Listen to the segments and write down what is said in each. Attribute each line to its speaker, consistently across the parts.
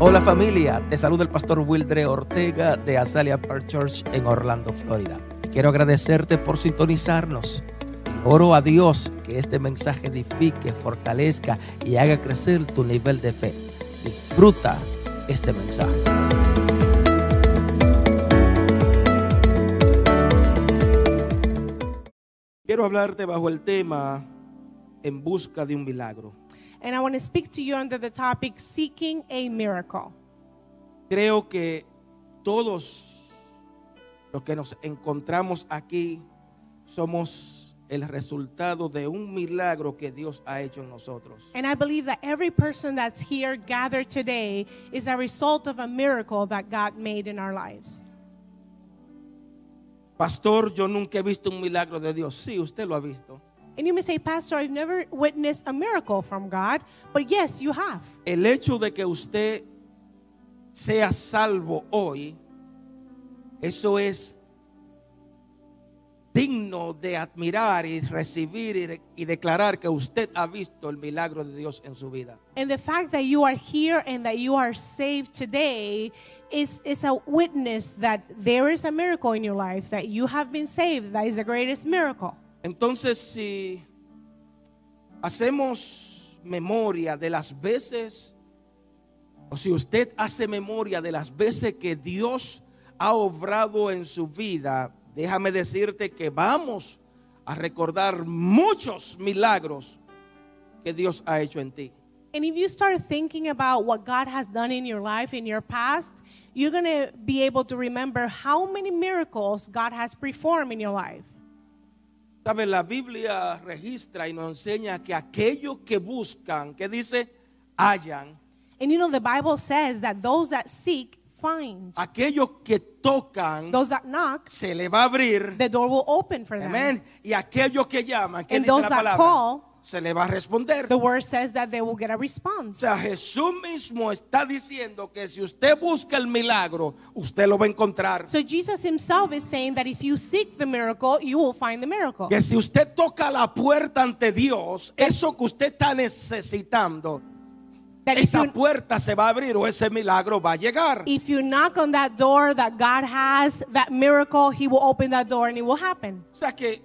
Speaker 1: Hola familia, te saluda el pastor Wildre Ortega de Azalea Park Church en Orlando, Florida. Y quiero agradecerte por sintonizarnos. Y oro a Dios que este mensaje edifique, fortalezca y haga crecer tu nivel de fe. Disfruta este mensaje. Quiero hablarte bajo el tema En busca de un milagro.
Speaker 2: And I want to speak to you under the topic seeking a miracle.
Speaker 1: Creo que todos los que nos encontramos aquí somos el resultado de un milagro que Dios ha hecho en nosotros.
Speaker 2: And I believe that every person that's here gathered today is a result of a miracle that God made in our lives.
Speaker 1: Pastor, yo nunca he visto un milagro de Dios. Sí, usted lo ha visto.
Speaker 2: And you may say, Pastor, I've never witnessed a miracle from God. But yes, you have.
Speaker 1: El hecho de que usted sea salvo hoy, eso es digno de admirar y recibir y de- y declarar que usted ha visto el milagro de Dios en su vida.
Speaker 2: And the fact that you are here and that you are saved today is, is a witness that there is a miracle in your life, that you have been saved. That is the greatest miracle.
Speaker 1: Entonces, si hacemos memoria de las veces, o si usted hace memoria de las veces que Dios ha obrado en su vida, déjame decirte que vamos a recordar muchos milagros que Dios ha hecho en ti.
Speaker 2: And if you start thinking about what God has done in your life, in your past, you're going to be able to remember how many miracles God has performed in your life.
Speaker 1: ¿Sabe? La Biblia registra y nos enseña que aquellos que buscan, que dice, hallan,
Speaker 2: And you know, the Bible says that those that seek, find.
Speaker 1: aquellos que tocan,
Speaker 2: Those that knock,
Speaker 1: se le va a abrir.
Speaker 2: the door will open for them.
Speaker 1: Amén. Y aquellos que llaman, que
Speaker 2: And
Speaker 1: dice
Speaker 2: those
Speaker 1: la
Speaker 2: that
Speaker 1: palabra,
Speaker 2: call,
Speaker 1: se le va a responder.
Speaker 2: The word says that they will get a
Speaker 1: O
Speaker 2: response.
Speaker 1: sea, Jesús mismo está diciendo que si usted busca el milagro, usted lo va a encontrar.
Speaker 2: So Jesus himself is saying that if you seek the miracle, you will find the miracle.
Speaker 1: Que si usted toca la puerta ante Dios, eso que usted está necesitando,
Speaker 2: That if
Speaker 1: esa
Speaker 2: you,
Speaker 1: puerta se va a abrir o ese milagro va a llegar.
Speaker 2: if you knock on that door that God has, that miracle, he will open that door and it will happen.
Speaker 1: O sea que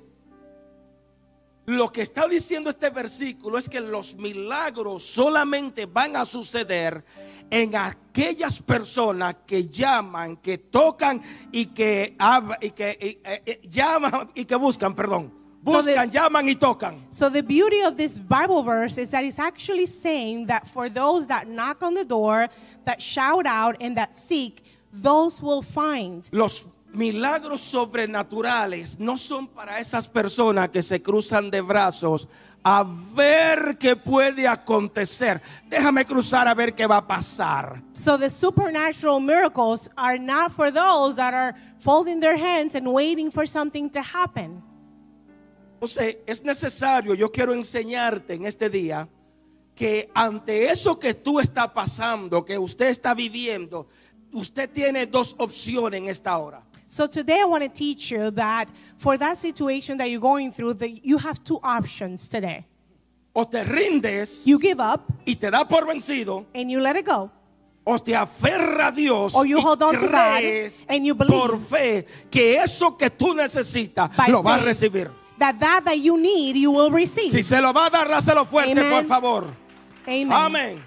Speaker 1: lo que está diciendo este versículo es que los milagros solamente van a suceder en aquellas personas que llaman, que tocan y que, hab- y que y- eh, eh, llaman y que buscan, perdón.
Speaker 2: So the-
Speaker 1: Buscan, llaman y tocan.
Speaker 2: So the beauty of this Bible verse is that it's actually saying that for those that knock on the door, that shout out and that seek, those will find.
Speaker 1: Los milagros sobrenaturales no son para esas personas que se cruzan de brazos a ver qué puede acontecer. Déjame cruzar a ver qué va a pasar.
Speaker 2: So the supernatural miracles are not for those that are folding their hands and waiting for something to happen.
Speaker 1: Entonces es necesario, yo quiero enseñarte en este día que ante eso que tú estás pasando, que usted está viviendo, usted tiene dos opciones en esta hora.
Speaker 2: So today I want to teach you that for that situation that you're going through, that you have two options today.
Speaker 1: O te rindes
Speaker 2: You give up
Speaker 1: y te da por vencido,
Speaker 2: and you let it go.
Speaker 1: o te aferra a Dios
Speaker 2: Or you
Speaker 1: y
Speaker 2: hold on to God
Speaker 1: crees
Speaker 2: and you believe.
Speaker 1: por fe que eso que tú necesitas
Speaker 2: By
Speaker 1: lo vas a
Speaker 2: faith.
Speaker 1: recibir.
Speaker 2: That that that you need, you will receive.
Speaker 1: Si se lo va a dar, dáselo fuerte,
Speaker 2: Amen.
Speaker 1: por favor.
Speaker 2: Amen.
Speaker 1: Amén.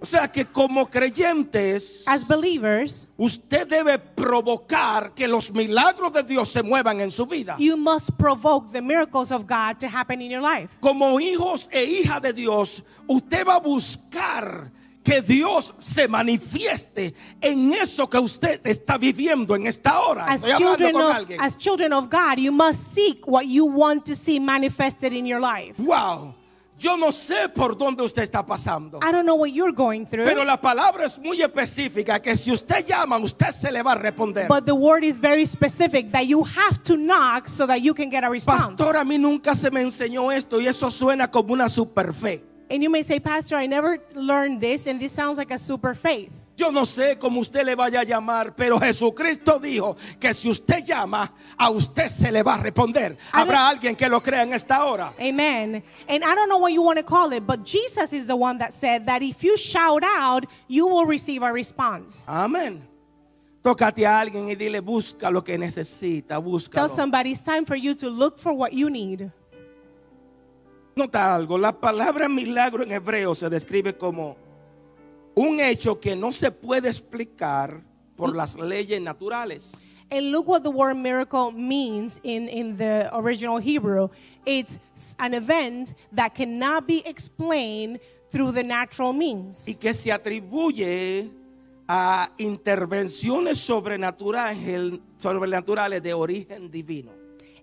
Speaker 1: O sea que como creyentes,
Speaker 2: As believers,
Speaker 1: Usted debe provocar que los milagros de Dios se muevan en su vida.
Speaker 2: you must provoke the miracles of God to happen in your life.
Speaker 1: Como hijos e hijas de Dios, usted va a buscar que Dios se manifieste en eso que usted está viviendo en esta hora.
Speaker 2: As
Speaker 1: Estoy hablando
Speaker 2: children,
Speaker 1: con
Speaker 2: of,
Speaker 1: alguien.
Speaker 2: as children of God, you must seek what you want to see manifested in your life.
Speaker 1: Wow. Yo no sé por dónde usted está pasando.
Speaker 2: I don't know what you're going through,
Speaker 1: Pero la palabra es muy específica que si usted llama, usted se le va a responder.
Speaker 2: but the word is very specific that you have to knock so that you can get a response.
Speaker 1: Pastor, a mí nunca se me enseñó esto y eso suena como una super fe.
Speaker 2: And you may say, Pastor, I never learned this, and this sounds like a super faith.
Speaker 1: Yo no sé cómo usted le vaya a llamar, pero Jesucristo dijo que si usted llama, a usted se le va a responder.
Speaker 2: A
Speaker 1: Habrá
Speaker 2: ver-
Speaker 1: alguien que lo crea en esta hora.
Speaker 2: Amen. And I don't know what you want to call it, but Jesus is the one that said that if you shout out, you will receive a response.
Speaker 1: Amén. Tócate a alguien y dile, busca lo que necesita,
Speaker 2: Tell
Speaker 1: búscalo.
Speaker 2: somebody it's time for you to look for what you need.
Speaker 1: Nota algo, la palabra milagro en hebreo se describe como un hecho que no se puede explicar
Speaker 2: Mm.
Speaker 1: por las leyes naturales.
Speaker 2: And look what the word miracle means in, in the original Hebrew. It's an event that cannot be explained through the natural means.
Speaker 1: y que se atribuye a intervenciones sobrenaturales, sobrenaturales de origen divino.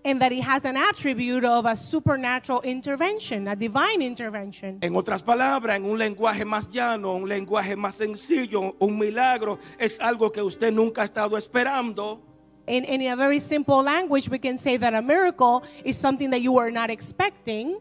Speaker 2: And that it has an attribute of a supernatural intervention, a divine intervention.
Speaker 1: En otras palabras, en un lenguaje más llano, un lenguaje más sencillo, un milagro es algo que usted nunca ha estado esperando,
Speaker 2: In, in a very simple language, we can say that a miracle is something that you were not expecting.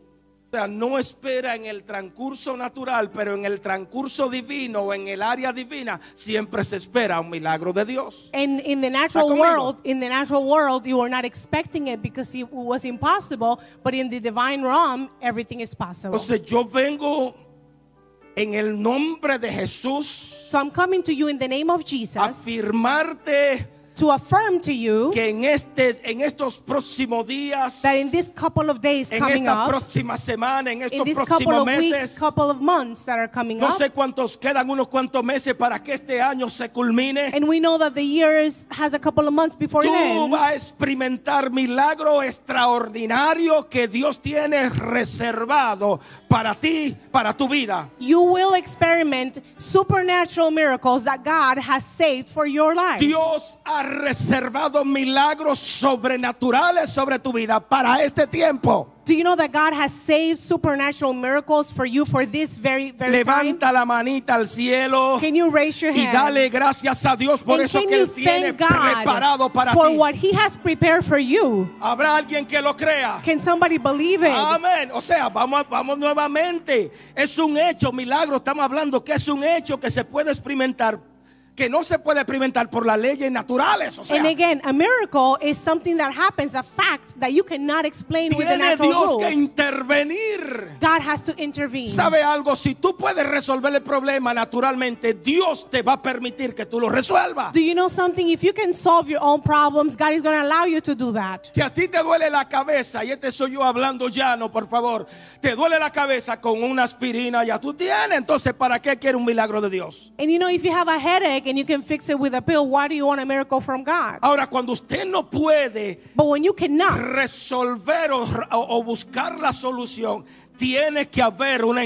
Speaker 1: o sea, no espera en el transcurso natural, pero en el transcurso divino o en el área divina siempre se espera un milagro de Dios.
Speaker 2: And in the natural
Speaker 1: conmigo?
Speaker 2: world, in the natural world, you were not expecting it because it was impossible. But in the divine realm, everything is possible.
Speaker 1: Entonces yo vengo en el nombre de Jesús
Speaker 2: So I'm coming to you in the name of
Speaker 1: a
Speaker 2: Jesus
Speaker 1: afirmarte
Speaker 2: to affirm to you
Speaker 1: que en, este, en estos próximos días,
Speaker 2: that in this couple of days
Speaker 1: en
Speaker 2: coming
Speaker 1: esta
Speaker 2: up,
Speaker 1: próxima semana, en
Speaker 2: in
Speaker 1: estos
Speaker 2: this couple
Speaker 1: próximos
Speaker 2: of
Speaker 1: meses,
Speaker 2: weeks, couple of months that are coming
Speaker 1: no
Speaker 2: up,
Speaker 1: sé cuántos quedan, unos cuantos meses para que este año se culmine.
Speaker 2: and we know that the year is, has a couple of months before it
Speaker 1: Tú
Speaker 2: ends.
Speaker 1: vas a experimentar milagro extraordinario que Dios tiene reservado para ti, para tu vida.
Speaker 2: You will experiment supernatural miracles that God has saved for your life.
Speaker 1: Dios ha reservado milagros sobrenaturales sobre tu vida para este tiempo.
Speaker 2: Do you know that God has saved supernatural miracles for you for this very, very time?
Speaker 1: Levanta la manita al cielo.
Speaker 2: Can you raise your
Speaker 1: Y
Speaker 2: hand?
Speaker 1: dale gracias a Dios por
Speaker 2: and
Speaker 1: eso
Speaker 2: can
Speaker 1: que
Speaker 2: you
Speaker 1: Él tiene
Speaker 2: thank God
Speaker 1: preparado para
Speaker 2: for
Speaker 1: ti.
Speaker 2: what He has prepared for you?
Speaker 1: Habrá alguien que lo crea.
Speaker 2: Can somebody believe it?
Speaker 1: Amén. O sea, vamos, a- vamos nuevamente. Es un hecho, milagro. Estamos hablando que es un hecho que se puede experimentar, que no se puede experimentar por las leyes naturales. O sea,
Speaker 2: and again, a miracle is something that happens, a fact that you cannot explain with
Speaker 1: tiene
Speaker 2: the natural
Speaker 1: Dios que
Speaker 2: rules.
Speaker 1: intervenir.
Speaker 2: God has to intervene.
Speaker 1: ¿Sabe algo? Si tú puedes resolver el problema naturalmente, Dios te va a permitir que tú lo resuelvas.
Speaker 2: Do you know something? If you can solve your own problems, God is going to allow you to do that.
Speaker 1: Si a ti te duele la cabeza, y este soy yo hablando llano, por favor, te duele la cabeza con una aspirina, ya tú tienes, entonces ¿para qué quiere un milagro de Dios?
Speaker 2: And you know, if you have a headache and you can fix it with a pill, why do you want a miracle from God?
Speaker 1: Ahora, cuando usted no puede
Speaker 2: But when you cannot,
Speaker 1: resolver o, o buscar la solución, tiene que haber una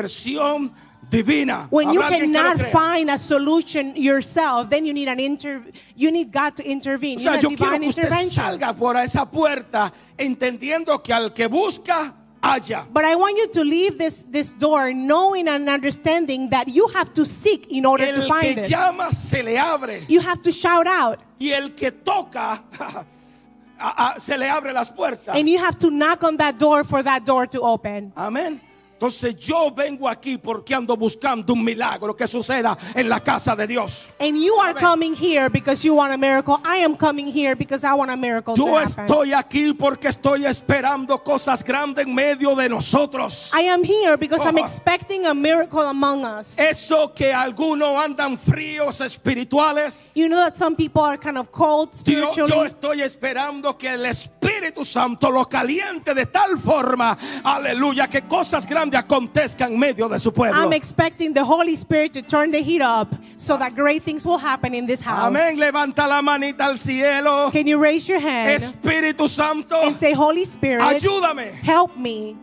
Speaker 1: intervención divina.
Speaker 2: when you
Speaker 1: Habrá alguien que lo
Speaker 2: cannot
Speaker 1: crea.
Speaker 2: find a solution yourself, then you need an inter you need God to intervene.
Speaker 1: o
Speaker 2: You
Speaker 1: sea,
Speaker 2: need a
Speaker 1: yo quiero
Speaker 2: divine
Speaker 1: que usted
Speaker 2: intervention.
Speaker 1: salga por esa puerta entendiendo que al que busca, haya.
Speaker 2: But I want you to leave this this door knowing and understanding that you have to seek in order to
Speaker 1: El
Speaker 2: find
Speaker 1: que
Speaker 2: it.
Speaker 1: llama se le abre.
Speaker 2: You have to shout out
Speaker 1: Y el que toca, a- a- se le abre las puertas.
Speaker 2: and you have to knock on that door for that door to open.
Speaker 1: Amén. Entonces yo vengo aquí porque ando buscando un milagro que suceda en la casa de Dios.
Speaker 2: And you are coming here because you want a miracle. I am coming here because I want a miracle to
Speaker 1: Yo
Speaker 2: happen.
Speaker 1: estoy aquí porque estoy esperando cosas grandes en medio de nosotros.
Speaker 2: I am here because I'm
Speaker 1: Oh.
Speaker 2: expecting a miracle among us.
Speaker 1: Eh. Eso que algunos andan fríos espirituales.
Speaker 2: You know that some people are kind of cold
Speaker 1: Yo,
Speaker 2: spiritually.
Speaker 1: yo estoy esperando que el Espíritu Santo lo caliente de tal forma, aleluya, que cosas grandes acontezcan en medio de su pueblo.
Speaker 2: I'm expecting the Holy Spirit to turn the heat up so that great things will happen in this house.
Speaker 1: Amén. Levanta la manita al cielo.
Speaker 2: Can you raise your hand
Speaker 1: Espíritu Santo,
Speaker 2: and say, Holy Spirit,
Speaker 1: ayúdame.
Speaker 2: help me?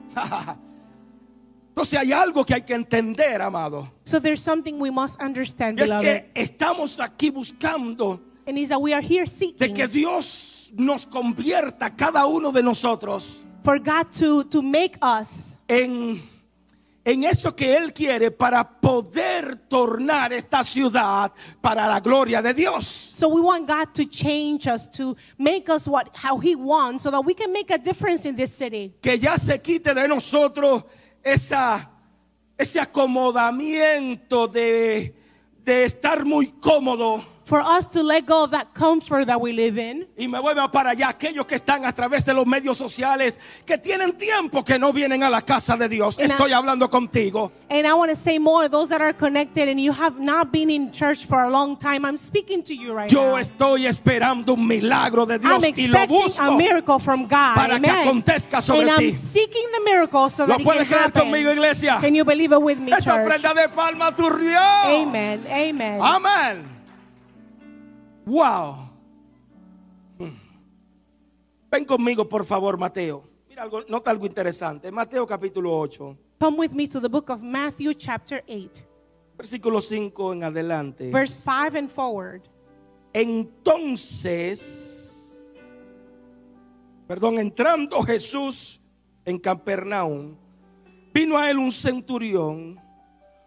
Speaker 1: Entonces hay algo que hay que entender, amado.
Speaker 2: So there's something we must understand,
Speaker 1: Y es
Speaker 2: beloved.
Speaker 1: que estamos aquí buscando
Speaker 2: and is that we are here
Speaker 1: de
Speaker 2: seeking
Speaker 1: que Dios nos convierta a cada uno de nosotros
Speaker 2: for God to, to make us
Speaker 1: en, en eso que Él quiere para poder tornar esta ciudad para la gloria de Dios.
Speaker 2: So we want God to change us, to make us what how He wants, so that we can make a difference in this city.
Speaker 1: Que ya se quite de nosotros esa, ese acomodamiento de, de de estar muy cómodo
Speaker 2: for us to let go of that comfort that we live in.
Speaker 1: y me vuelvan para allá aquellos que están a través de los medios sociales que tienen tiempo que no vienen a la casa de Dios.
Speaker 2: En la-
Speaker 1: Estoy hablando contigo.
Speaker 2: And I want to say more those that are connected and you have not been in church for a long time. I'm speaking to you right
Speaker 1: Yo
Speaker 2: now.
Speaker 1: estoy esperando un milagro de Dios
Speaker 2: I'm
Speaker 1: y lo
Speaker 2: expecting a
Speaker 1: busco.
Speaker 2: miracle from God.
Speaker 1: para que
Speaker 2: Amen.
Speaker 1: acontezca sobre
Speaker 2: and I'm
Speaker 1: ti.
Speaker 2: seeking the miracle so
Speaker 1: ¿Lo
Speaker 2: that it
Speaker 1: puedes
Speaker 2: can
Speaker 1: creer
Speaker 2: happen.
Speaker 1: conmigo, iglesia?
Speaker 2: Can you believe it with me,
Speaker 1: Esa
Speaker 2: church?
Speaker 1: ofrenda de palma a tu Dios.
Speaker 2: Amen. Amen.
Speaker 1: Ah. Amén. Wow. Hmm. Ven conmigo, por favor, Mateo. Mira algo, nota algo interesante. Mateo capítulo 8,
Speaker 2: Come with me to the book of Matthew, chapter 8,
Speaker 1: versículo 5 en adelante.
Speaker 2: verse 5 and forward.
Speaker 1: Entonces, perdón, entrando Jesús en Capernaum, vino a él un centurión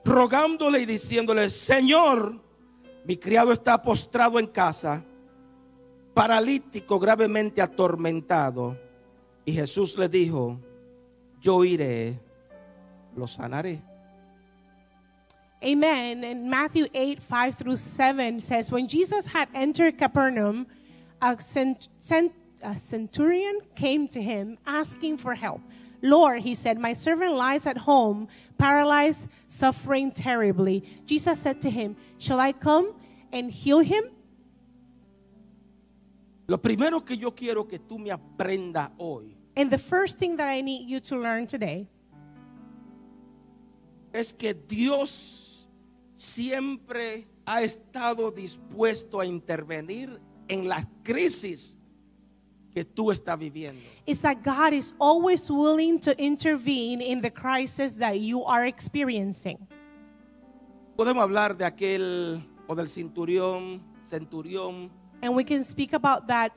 Speaker 1: rogándole y diciéndole, Señor, mi criado está postrado en casa, paralítico, gravemente atormentado. Y Jesús le dijo, yo iré, lo sanaré.
Speaker 2: Amen. And Matthew 8, 5 through 7 says, When Jesus had entered Capernaum, a, cent- cent- a centurion came to him asking for help. Lord, he said, My servant lies at home, paralyzed, suffering terribly. Jesus said to him, Shall I come and heal him?
Speaker 1: Lo primero que yo quiero que tú me aprendas hoy
Speaker 2: And the first thing that I need you to learn today
Speaker 1: es que Dios siempre ha estado dispuesto a intervenir en las crisis que tú estás viviendo.
Speaker 2: is that God is always willing to intervene in the crisis that you are experiencing.
Speaker 1: Podemos hablar de aquel o del centurión, centurión.
Speaker 2: And we can speak about that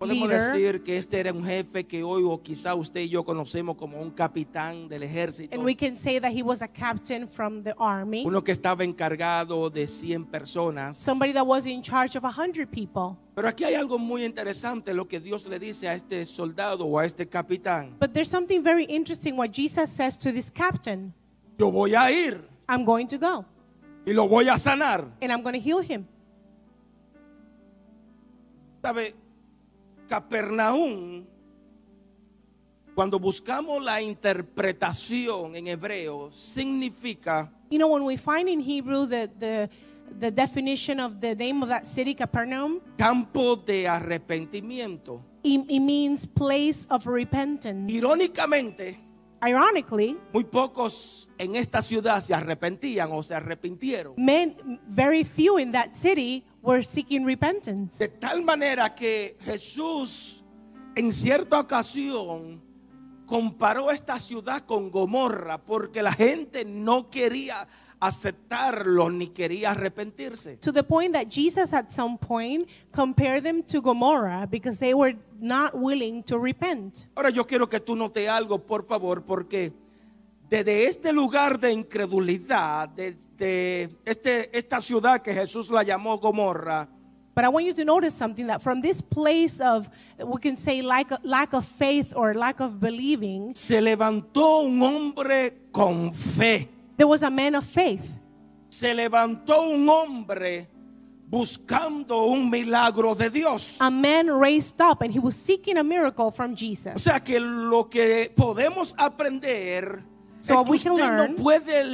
Speaker 1: Podemos
Speaker 2: leader.
Speaker 1: decir que este era un jefe que hoy o quizá usted y yo conocemos como un capitán del ejército.
Speaker 2: And we can say that he was a captain from the army,
Speaker 1: Uno que estaba encargado de 100 personas.
Speaker 2: somebody that was in charge of 100 people.
Speaker 1: Pero aquí hay algo muy interesante lo que Dios le dice a este soldado o a este capitán.
Speaker 2: But there's something very interesting what Jesus says to this captain
Speaker 1: Yo voy a ir.
Speaker 2: I'm going to go
Speaker 1: y lo voy a sanar.
Speaker 2: and I'm going to heal him.
Speaker 1: ¿Sabe? Capernaum, cuando buscamos la interpretación en hebreo, significa
Speaker 2: You know, when we find in Hebrew the, the, the definition of the name of that city, Capernaum,
Speaker 1: campo de arrepentimiento.
Speaker 2: it, it means place of repentance.
Speaker 1: Irónicamente,
Speaker 2: Ironically,
Speaker 1: muy pocos en esta ciudad se arrepentían o se arrepintieron.
Speaker 2: men, very few in that city were seeking repentance.
Speaker 1: De tal manera que Jesús en cierta ocasión comparó esta ciudad con Gomorra porque la gente no quería aceptarlo ni quería arrepentirse.
Speaker 2: to the point that Jesus at some point compared them to Gomorrah because they were not willing to repent.
Speaker 1: Ahora yo quiero que tú note algo, por favor, porque desde este lugar de incredulidad, desde este, esta ciudad que Jesús la llamó Gomorra,
Speaker 2: But I want you to notice something that from this place of, we can say, lack of, lack of faith or lack of believing,
Speaker 1: se levantó un hombre con fe.
Speaker 2: there was a man of faith.
Speaker 1: se levantó un hombre buscando un milagro de Dios.
Speaker 2: A man raised up and he was seeking a miracle from
Speaker 1: O
Speaker 2: Jesus.
Speaker 1: sea que lo que podemos aprender
Speaker 2: So
Speaker 1: es que
Speaker 2: we can
Speaker 1: usted
Speaker 2: learn
Speaker 1: no puede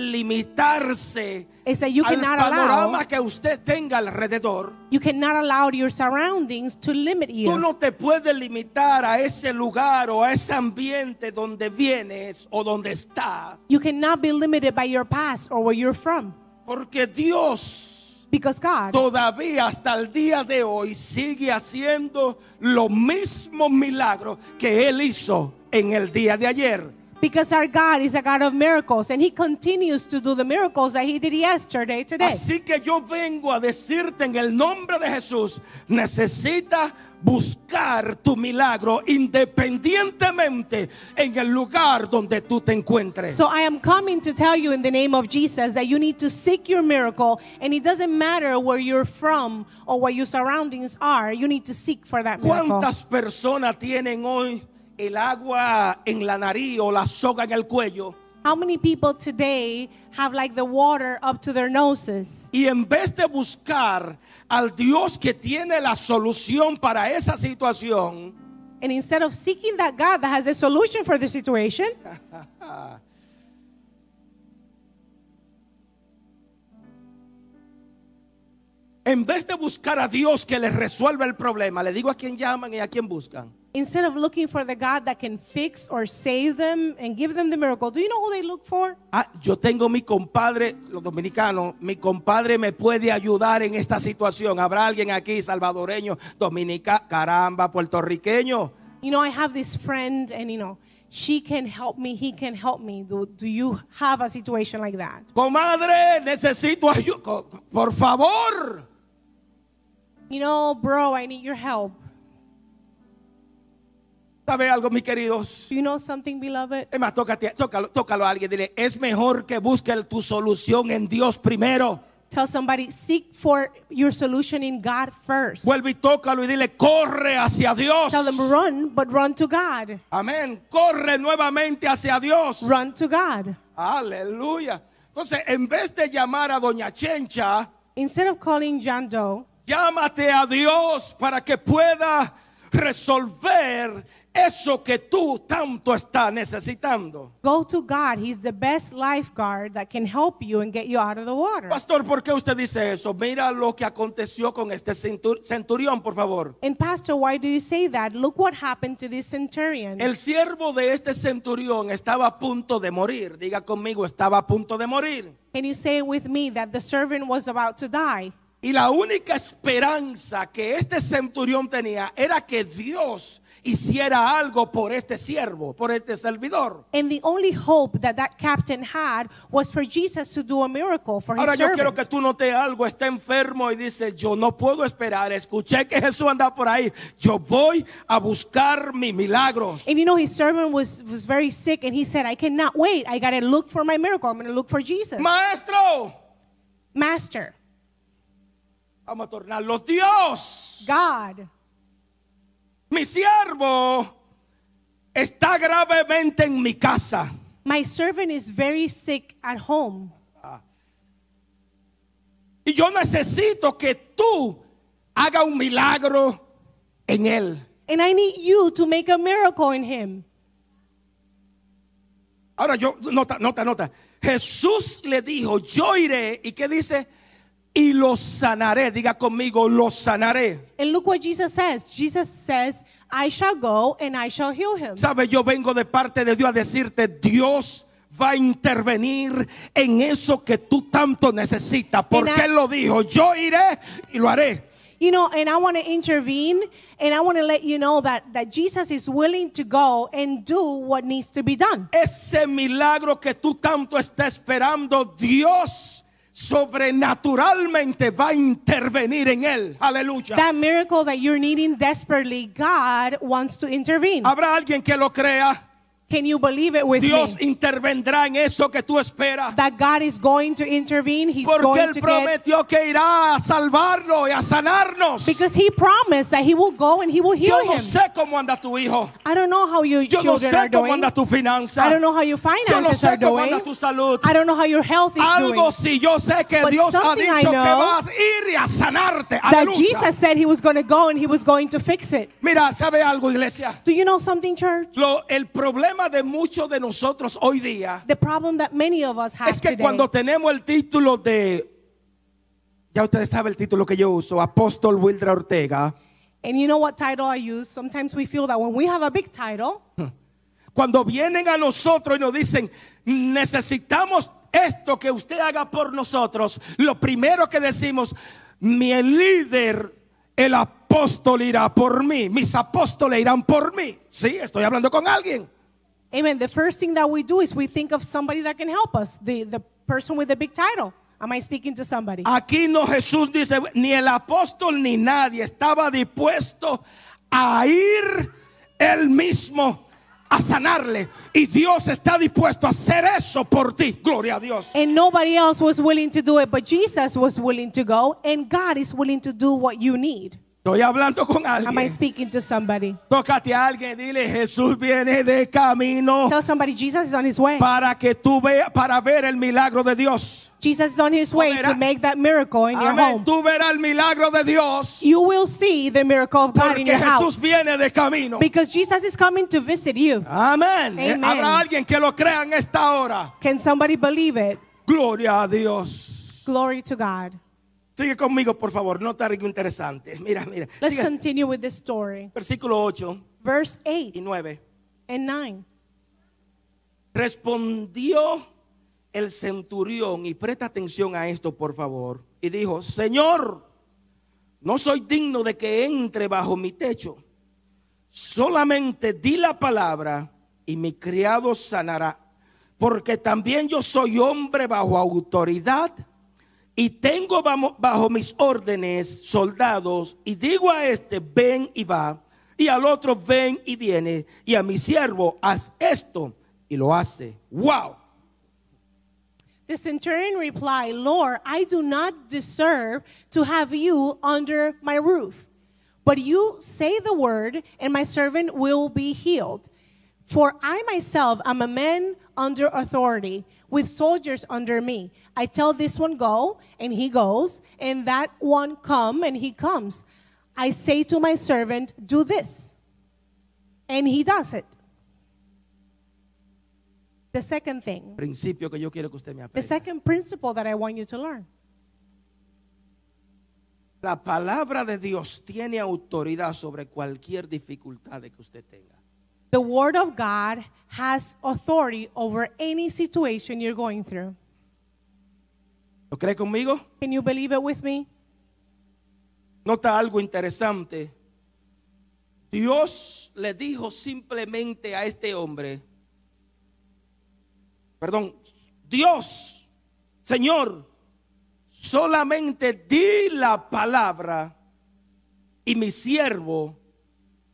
Speaker 1: limitarse
Speaker 2: Is that you
Speaker 1: al
Speaker 2: cannot
Speaker 1: panorama
Speaker 2: allow,
Speaker 1: que usted tenga alrededor.
Speaker 2: you cannot allow your surroundings to limit
Speaker 1: Tú
Speaker 2: you.
Speaker 1: no te puedes limitar a ese lugar o a ese ambiente donde vienes o donde estás,
Speaker 2: You cannot be limited by your past or where you're from.
Speaker 1: porque Dios
Speaker 2: Because God
Speaker 1: todavía hasta el día de hoy sigue haciendo los mismos milagros que él hizo en el día de ayer.
Speaker 2: Because our God is a God of miracles and He continues to do the miracles that He did yesterday, today.
Speaker 1: Así que yo vengo a decirte en el nombre de Jesús, necesitas buscar tu milagro independientemente en el lugar donde tú te encuentres.
Speaker 2: So I am coming to tell you in the name of Jesus that you need to seek your miracle and it doesn't matter where you're from or what your surroundings are, you need to seek for that miracle.
Speaker 1: ¿Cuántas personas tienen hoy el agua en la nariz o la soga en el cuello?
Speaker 2: How many people today have like the water up to their noses?
Speaker 1: Y en vez de buscar al Dios que tiene la solución para esa situación,
Speaker 2: And instead of seeking that God that has a solution for the situation,
Speaker 1: en vez de buscar a Dios que les resuelva el problema, le digo a quién llaman y a quién buscan.
Speaker 2: instead of looking for the God that can fix or save them and give them the miracle, do you know who they look for?
Speaker 1: Ah, yo tengo mi compadre, los dominicanos, mi compadre me puede ayudar en esta situación. ¿Habrá alguien aquí, salvadoreño, dominica, caramba, puertorriqueño?
Speaker 2: You know, I have this friend and you know, she can help me, he can help me. Do, do you have a situation like that?
Speaker 1: Comadre, necesito ayuda. Por favor.
Speaker 2: You know, bro, I need your help.
Speaker 1: ¿Sabe algo, mis queridos?
Speaker 2: Do you know something, beloved?
Speaker 1: Es más, tócate- tócalo, tócalo a alguien. Dile, es mejor que busques tu solución en Dios primero.
Speaker 2: Tell somebody, seek for your solution in God first.
Speaker 1: Vuelve y tócalo y dile, corre hacia Dios.
Speaker 2: Tell them run, but run to God.
Speaker 1: Amén. Corre nuevamente hacia Dios.
Speaker 2: Run to God.
Speaker 1: Aleluya. Entonces, en vez de llamar a Doña Chencha,
Speaker 2: Instead of calling John Doe,
Speaker 1: llámate a Dios para que pueda resolver eso que tú tanto estás necesitando.
Speaker 2: go to God. He's the best lifeguard that can help you and get you out of the water.
Speaker 1: Pastor, ¿por qué usted dice eso? Mira lo que aconteció con este centur- centurión, por favor.
Speaker 2: And Pastor, why do you say that? Look what happened to this centurion.
Speaker 1: El siervo de este centurión estaba a punto de morir. Diga conmigo, estaba a punto de morir.
Speaker 2: Can you say with me that the servant was about to die?
Speaker 1: Y la única esperanza que este centurión tenía era que Dios hiciera algo por este siervo, por este servidor.
Speaker 2: And the only hope that that captain had was for Jesus to do a miracle for his
Speaker 1: Ahora yo
Speaker 2: servant.
Speaker 1: quiero que tú notes algo, está enfermo y dice, yo no puedo esperar, escuché que Jesús anda por ahí, yo voy a buscar mis milagros.
Speaker 2: And you know, his servant was, was very sick, and he said, I cannot wait. I got to look for my miracle. I'm going to look for Jesus.
Speaker 1: Maestro,
Speaker 2: Master,
Speaker 1: vamos a tornarlo, Dios,
Speaker 2: God,
Speaker 1: mi siervo está gravemente en mi casa.
Speaker 2: my servant is very sick at home,
Speaker 1: Y yo necesito que tú haga un milagro en él.
Speaker 2: and I need you to make a miracle in him.
Speaker 1: Ahora yo, nota, nota, nota. Jesús le dijo, yo iré. ¿Y qué dice? Y lo sanaré. Diga conmigo, lo sanaré.
Speaker 2: And look what Jesus says. Jesus says, I shall go and I shall heal him.
Speaker 1: Sabe, yo vengo de parte de Dios a decirte, Dios va a intervenir en eso que tú tanto necesitas. Porque
Speaker 2: Mira.
Speaker 1: Él lo dijo, yo iré y lo haré.
Speaker 2: You know, and I want to intervene and I want to let you know that, that Jesus is willing to go and do what needs to be done.
Speaker 1: Ese milagro que tú tanto estás esperando, Dios sobrenaturalmente va a intervenir en él. Aleluya.
Speaker 2: That miracle that you're needing desperately, God wants to intervene.
Speaker 1: Habrá alguien que lo crea.
Speaker 2: Can you believe it with
Speaker 1: Dios
Speaker 2: me?
Speaker 1: intervendrá en eso que tú esperas.
Speaker 2: That God is going to intervene. He's
Speaker 1: Porque
Speaker 2: going
Speaker 1: Él
Speaker 2: to get.
Speaker 1: prometió que irá a salvarlo y a sanarnos.
Speaker 2: Because He promised that He will go and He will heal
Speaker 1: Yo no
Speaker 2: him.
Speaker 1: sé cómo anda tu hijo.
Speaker 2: I don't know how your
Speaker 1: Yo no
Speaker 2: children are
Speaker 1: sé cómo
Speaker 2: doing.
Speaker 1: anda tu
Speaker 2: I
Speaker 1: finanza.
Speaker 2: don't know how your
Speaker 1: Yo no
Speaker 2: finances
Speaker 1: sé
Speaker 2: are
Speaker 1: cómo
Speaker 2: doing.
Speaker 1: anda tu salud.
Speaker 2: I don't know how your health is
Speaker 1: Algo
Speaker 2: doing.
Speaker 1: sí, yo sé que
Speaker 2: But
Speaker 1: Dios ha
Speaker 2: something I
Speaker 1: dicho que
Speaker 2: know
Speaker 1: va a ir y a sanarte.
Speaker 2: That
Speaker 1: Aleluya.
Speaker 2: Jesus said He was going to go and He was going to fix it.
Speaker 1: Mira, ¿sabe algo, iglesia?
Speaker 2: Do you know something, church?
Speaker 1: Lo- el problema de muchos de nosotros hoy día
Speaker 2: The problem that many of us have
Speaker 1: es que
Speaker 2: today.
Speaker 1: cuando tenemos el título de, ya ustedes saben el título que yo uso, Apóstol Wildra Ortega,
Speaker 2: and you know what title I use? Sometimes we feel that when we have a big title,
Speaker 1: cuando vienen a nosotros y nos dicen, necesitamos esto que usted haga por nosotros, lo primero que decimos, mi líder, el apóstol irá por mí, mis apóstoles irán por mí. Sí, estoy hablando con alguien.
Speaker 2: amen, the first thing that we do is we think of somebody that can help us, the, the person with the big title. Am I speaking to somebody?
Speaker 1: Aquí no Jesús dice, ni el apóstol ni nadie estaba dispuesto a ir él mismo a sanarle. Y Dios está dispuesto a hacer eso por ti. Gloria a Dios.
Speaker 2: and nobody else was willing to do it, but Jesus was willing to go, and God is willing to do what you need.
Speaker 1: Estoy hablando con
Speaker 2: Am I
Speaker 1: alguien.
Speaker 2: speaking to somebody?
Speaker 1: Tócate a alguien, dile, Jesús viene de camino
Speaker 2: Tell somebody Jesus is on his way.
Speaker 1: para que tú veas, para ver el milagro de Dios.
Speaker 2: Jesus is on his way
Speaker 1: verás.
Speaker 2: to make that miracle in your
Speaker 1: Amén.
Speaker 2: home.
Speaker 1: Tú verás el milagro de Dios
Speaker 2: You will see the miracle of God
Speaker 1: porque
Speaker 2: in your house
Speaker 1: Jesús viene de camino.
Speaker 2: because Jesus is coming to visit you.
Speaker 1: Amén. Eh,
Speaker 2: Amen.
Speaker 1: Habrá alguien que lo crea en esta hora.
Speaker 2: Can somebody believe it?
Speaker 1: Gloria a Dios.
Speaker 2: Glory to God.
Speaker 1: Sigue conmigo, por favor. Nota algo interesante. Mira, mira.
Speaker 2: Let's
Speaker 1: Sigue.
Speaker 2: continue with this story.
Speaker 1: Versículo 8
Speaker 2: Verse
Speaker 1: y
Speaker 2: 8
Speaker 1: 9.
Speaker 2: and 9.
Speaker 1: Respondió el centurión, y presta atención a esto, por favor, y dijo, Señor, no soy digno de que entre bajo mi techo, solamente di la palabra y mi criado sanará, porque también yo soy hombre bajo autoridad y tengo bamo- bajo mis órdenes soldados, y digo a este, ven y va, y al otro, ven y viene, y a mi siervo, haz esto, y lo hace. ¡Wow!
Speaker 2: The centurion replied, Lord, I do not deserve to have you under my roof. But you say the word, and my servant will be healed. For I myself am a man under authority, with soldiers under me. I tell this one, go, and he goes, and that one, come, and he comes. I say to my servant, do this, and he does it. The second thing.
Speaker 1: Principio que yo quiero que usted me
Speaker 2: The
Speaker 1: aprenda.
Speaker 2: second principle that I want you to learn
Speaker 1: La palabra de Dios tiene autoridad sobre cualquier dificultad que usted tenga.
Speaker 2: the Word of God has authority over any situation you're going through.
Speaker 1: ¿Lo cree conmigo?
Speaker 2: Can you believe it with me?
Speaker 1: Nota algo interesante. Dios le dijo simplemente a este hombre, perdón, Dios, Señor, solamente di la palabra y mi siervo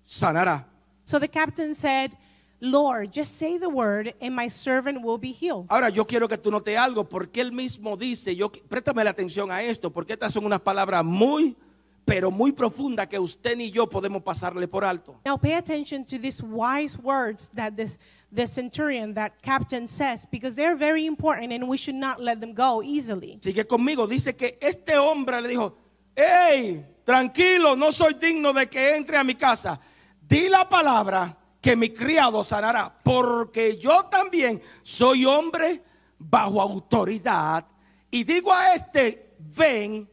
Speaker 1: sanará.
Speaker 2: So the captain said, Lord, just say the word, and my servant will be healed.
Speaker 1: Ahora yo quiero que tú notes algo, porque él mismo dice, yo, préstame la atención a esto, porque estas son unas palabras muy, pero muy profundas que usted ni yo podemos pasarle por alto.
Speaker 2: Now pay attention to these wise words that this the centurion, that captain says, because they're very important and we should not let them go easily.
Speaker 1: Sigue conmigo. Dice que este hombre le dijo, hey, tranquilo, no soy digno de que entre a mi casa. Di la palabra que mi criado sanará, porque yo también soy hombre bajo autoridad. Y digo a este, ven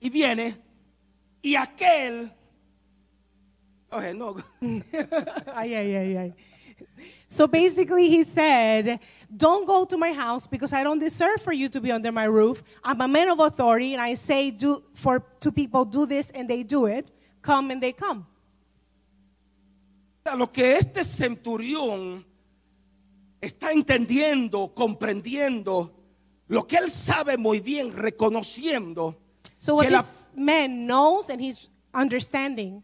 Speaker 1: y viene, y aquel... Oye, no.
Speaker 2: Ay, ay, ay, ay. So basically, he said, Don't go to my house because I don't deserve for you to be under my roof. I'm a man of authority, and I say do, for, to people, do this, and they do it. Come, and they come.
Speaker 1: A lo que este centurión está entendiendo, comprendiendo, lo que él sabe muy bien, reconociendo
Speaker 2: So, what
Speaker 1: que, la,
Speaker 2: this man knows and he's understanding.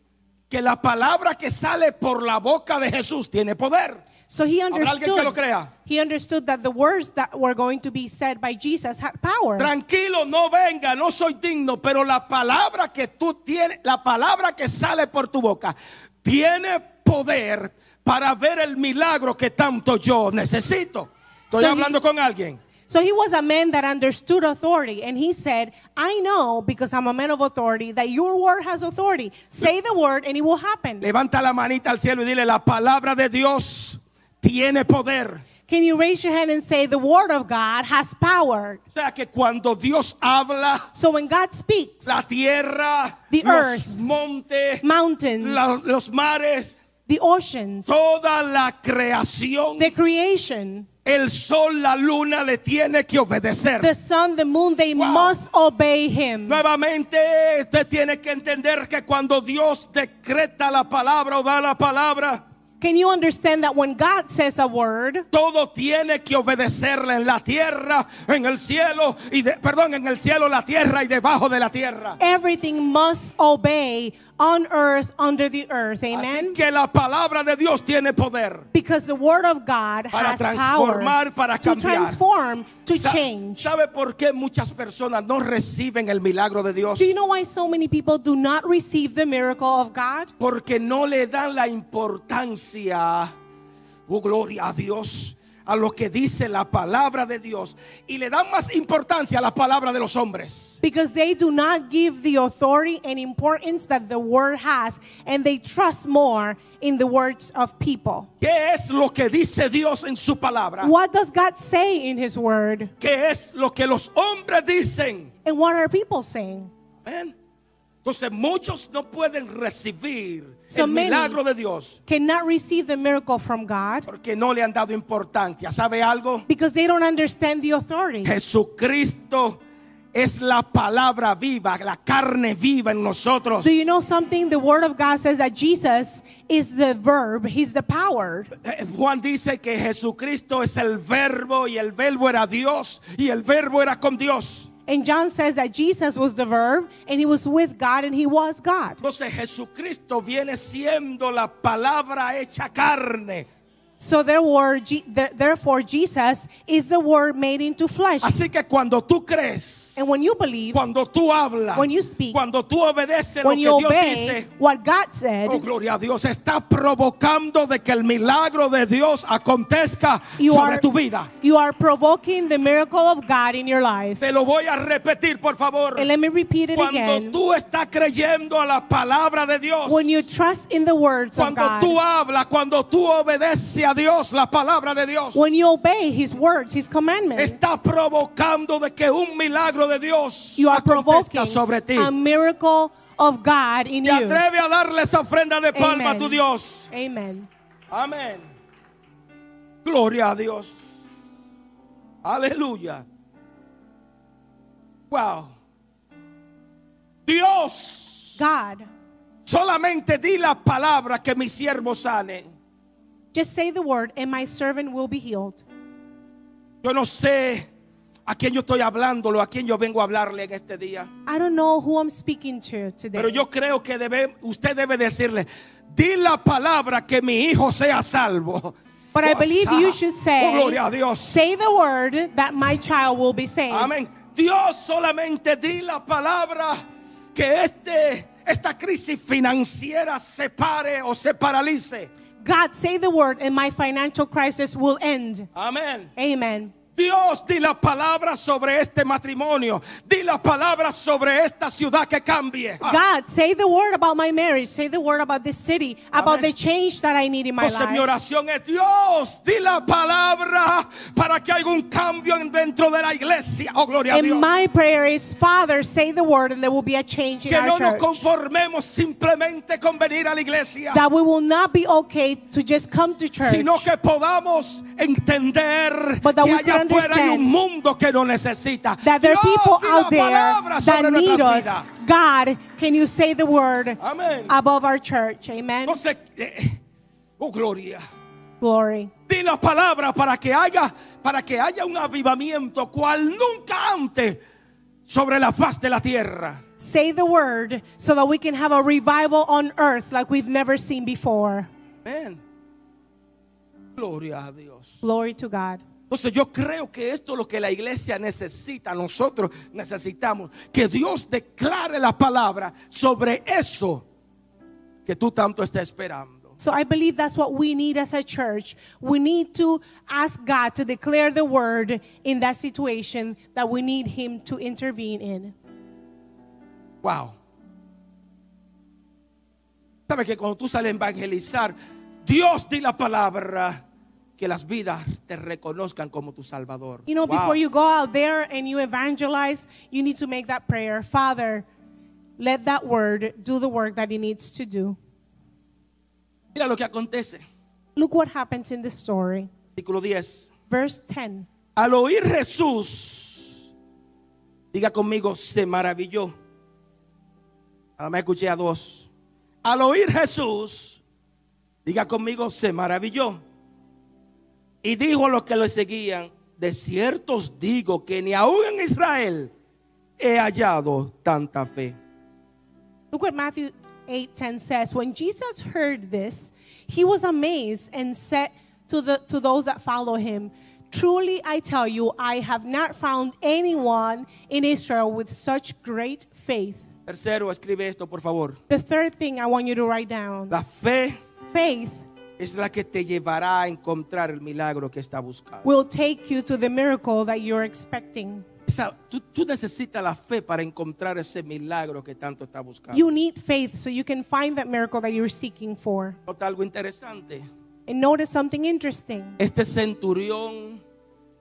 Speaker 1: que la palabra que sale por la boca de Jesús tiene poder.
Speaker 2: So, he
Speaker 1: alguien que lo
Speaker 2: understood,
Speaker 1: crea?
Speaker 2: he understood that the words that were going to be said by Jesus had power.
Speaker 1: Tranquilo, no venga, no soy digno, pero la palabra que tú tienes, la palabra que sale por tu boca, tiene poder para ver el milagro que tanto yo necesito. Estoy
Speaker 2: So he-
Speaker 1: hablando con alguien.
Speaker 2: So he was a man that understood authority, and he said, I know because I'm a man of authority that your word has authority. Say the word, and it will happen.
Speaker 1: Levanta la manita al cielo y dile, la palabra de Dios tiene poder.
Speaker 2: Can you raise your hand and say, The word of God has power?
Speaker 1: O sea que cuando Dios habla,
Speaker 2: So when God speaks,
Speaker 1: la tierra,
Speaker 2: The
Speaker 1: los
Speaker 2: earth,
Speaker 1: montes,
Speaker 2: mountains,
Speaker 1: la- los mares,
Speaker 2: the oceans,
Speaker 1: toda la creación,
Speaker 2: the creation,
Speaker 1: el sol, la luna le tiene que obedecer.
Speaker 2: the sun, the moon, they
Speaker 1: Wow.
Speaker 2: must obey him.
Speaker 1: Nuevamente, usted tiene que entender que cuando Dios decreta la palabra o da la palabra,
Speaker 2: Can you understand that when God says a word,
Speaker 1: Todo tiene que obedecerle en la tierra, en el cielo y de- perdón, en el cielo, la tierra y debajo de la tierra.
Speaker 2: everything must obey on earth under the earth.
Speaker 1: Así
Speaker 2: Amen.
Speaker 1: que la palabra de Dios tiene poder.
Speaker 2: Because the word of God
Speaker 1: Para
Speaker 2: has power
Speaker 1: transformar, para
Speaker 2: to
Speaker 1: cambiar.
Speaker 2: transform, to
Speaker 1: Sa-
Speaker 2: change.
Speaker 1: ¿Sabe por qué muchas personas no reciben el milagro de Dios?
Speaker 2: Do you know why so many people do not receive the miracle of God?
Speaker 1: Porque no le dan la importancia, oh gloria a Dios, a lo que dice la palabra de Dios. Y le dan más importancia a la palabra de los hombres.
Speaker 2: Because they do not give the authority and importance that the word has, and they trust more in the words of people.
Speaker 1: ¿Qué es lo que dice Dios en su palabra?
Speaker 2: What does God say in His word?
Speaker 1: ¿Qué es lo que los hombres dicen?
Speaker 2: And what are people saying?
Speaker 1: Amén. Entonces muchos no pueden recibir
Speaker 2: So
Speaker 1: el
Speaker 2: many-
Speaker 1: milagro de Dios
Speaker 2: Cannot receive the miracle from God
Speaker 1: porque no le han dado importancia. ¿Sabe algo?
Speaker 2: because they don't understand the authority.
Speaker 1: Jesucristo es la palabra viva, la carne viva en nosotros.
Speaker 2: Do you know something? The word of God says that Jesus is the verb, He's the power.
Speaker 1: Eh, Juan dice que Jesucristo es el verbo y el verbo era Dios y el verbo era con Dios.
Speaker 2: And John says that Jesus was the verb and He was with God and He was God.
Speaker 1: Entonces Jesucristo viene siendo la palabra hecha carne.
Speaker 2: So therefore, Je- th- therefore Jesus is the word made into flesh.
Speaker 1: Así que cuando tú crees,
Speaker 2: And when you believe,
Speaker 1: cuando tú hablas,
Speaker 2: when you speak,
Speaker 1: cuando tú obedeces lo
Speaker 2: when
Speaker 1: que
Speaker 2: you
Speaker 1: Dios
Speaker 2: obey
Speaker 1: dice,
Speaker 2: what God said,
Speaker 1: oh gloria a Dios, está provocando de que el milagro de Dios acontezca
Speaker 2: you
Speaker 1: sobre
Speaker 2: are,
Speaker 1: tu vida.
Speaker 2: you are provoking the miracle of God in your life.
Speaker 1: Te lo voy a repetir, por favor.
Speaker 2: And let me repeat it
Speaker 1: Cuando
Speaker 2: again.
Speaker 1: tú estás creyendo a la palabra de Dios,
Speaker 2: When you trust in the words of
Speaker 1: cuando tú
Speaker 2: God,
Speaker 1: hablas, cuando tú obedeces a Dios, la palabra de Dios
Speaker 2: when you obey His words, His commandments,
Speaker 1: está provocando de que un milagro de Dios
Speaker 2: you are
Speaker 1: acontezca
Speaker 2: provoking
Speaker 1: sobre ti.
Speaker 2: a miracle of God in
Speaker 1: Te
Speaker 2: you.
Speaker 1: atreve a darle esa ofrenda de palma a tu
Speaker 2: Amen.
Speaker 1: Dios.
Speaker 2: Amen.
Speaker 1: Amén. Gloria a Dios. Aleluya. Wow. Dios,
Speaker 2: God,
Speaker 1: solamente di la palabra que mi siervo sane.
Speaker 2: just say the word, and my servant will be healed.
Speaker 1: Yo no sé a quién yo estoy hablándolo, a quién yo vengo a hablarle en este día.
Speaker 2: I don't know who I'm speaking to today.
Speaker 1: Pero yo creo que debe, usted debe decirle, di la palabra que mi hijo sea salvo.
Speaker 2: But I believe
Speaker 1: Osa.
Speaker 2: you should say,
Speaker 1: Oh, gloria a Dios.
Speaker 2: say the word that my child will be saved.
Speaker 1: Amén. Dios solamente di la palabra que este, esta crisis financiera se pare o se paralice.
Speaker 2: God, say the word and my financial crisis will end.
Speaker 1: Amén.
Speaker 2: Amen.
Speaker 1: Dios, di la palabra sobre este matrimonio. Di la palabra sobre esta ciudad que cambie. Ah,
Speaker 2: God, say the word about my marriage. Say the word about this city,
Speaker 1: Amén.
Speaker 2: about
Speaker 1: Oh,
Speaker 2: the change that I need in my
Speaker 1: Entonces Pues, mi
Speaker 2: life.
Speaker 1: oración es Dios, di la palabra para que haya un cambio en- dentro de la iglesia. Oh, gloria a Dios.
Speaker 2: And my prayer is, Father, say the word and there will be a change in
Speaker 1: Que no
Speaker 2: our
Speaker 1: nos
Speaker 2: church.
Speaker 1: conformemos simplemente con venir a la iglesia,
Speaker 2: That we will not be okay to just come to church.
Speaker 1: sino que podamos entender que
Speaker 2: But that we
Speaker 1: allá afuera hay
Speaker 2: could understand
Speaker 1: un mundo que nos necesita.
Speaker 2: that there are
Speaker 1: Dios,
Speaker 2: people
Speaker 1: di
Speaker 2: out
Speaker 1: la
Speaker 2: there
Speaker 1: palabra sobre
Speaker 2: that need
Speaker 1: nuestras
Speaker 2: us.
Speaker 1: vidas.
Speaker 2: God, can you say the word
Speaker 1: Amén.
Speaker 2: above our church? Amen.
Speaker 1: Entonces, eh, oh gloria.
Speaker 2: Glory.
Speaker 1: Di la palabra para que haya para que haya un avivamiento cual nunca antes sobre la faz de la tierra.
Speaker 2: Say the word so that we can have a revival on earth like we've never seen before.
Speaker 1: Amén. Gloria a Dios.
Speaker 2: Glory to God.
Speaker 1: Entonces yo creo que esto es lo que la iglesia necesita, nosotros necesitamos, que Dios declare la palabra sobre eso que tú tanto estás esperando.
Speaker 2: So I believe that's what we need as a church. We need to ask God to declare the word in that situation that we need Him to intervene in.
Speaker 1: Wow. Sabes que cuando tú sales a evangelizar, Dios di la palabra que las vidas te reconozcan como tu Salvador.
Speaker 2: You know,
Speaker 1: Wow.
Speaker 2: before you go out there and you evangelize, you need to make that prayer Father, let that word do the work that it needs to do.
Speaker 1: Mira lo que acontece.
Speaker 2: Look what happens in the story.
Speaker 1: Versículo 10.
Speaker 2: Verse 10.
Speaker 1: Al oír Jesús, diga conmigo, se maravilló. Nada más escuché a dos. Al oír Jesús, diga conmigo, se maravilló. Y dijo a los que lo seguían, de cierto os digo que ni aún en Israel he hallado tanta fe.
Speaker 2: Look what Matthew 8:10 says, When Jesus heard this, he was amazed and said to, the, to those that follow him, Truly I tell you, I have not found anyone in Israel with such great faith.
Speaker 1: Tercero, escribe esto, por favor.
Speaker 2: The third thing I want you to write down
Speaker 1: La fe
Speaker 2: faith
Speaker 1: es la que te llevará a encontrar el milagro que está buscando.
Speaker 2: will take you to the miracle that you're expecting.
Speaker 1: Esa- tú, tú necesitas la fe para encontrar ese milagro que tanto está buscando.
Speaker 2: You need faith so you can find that miracle that you're seeking for.
Speaker 1: Nota algo interesante.
Speaker 2: And notice something interesting.
Speaker 1: Este centurión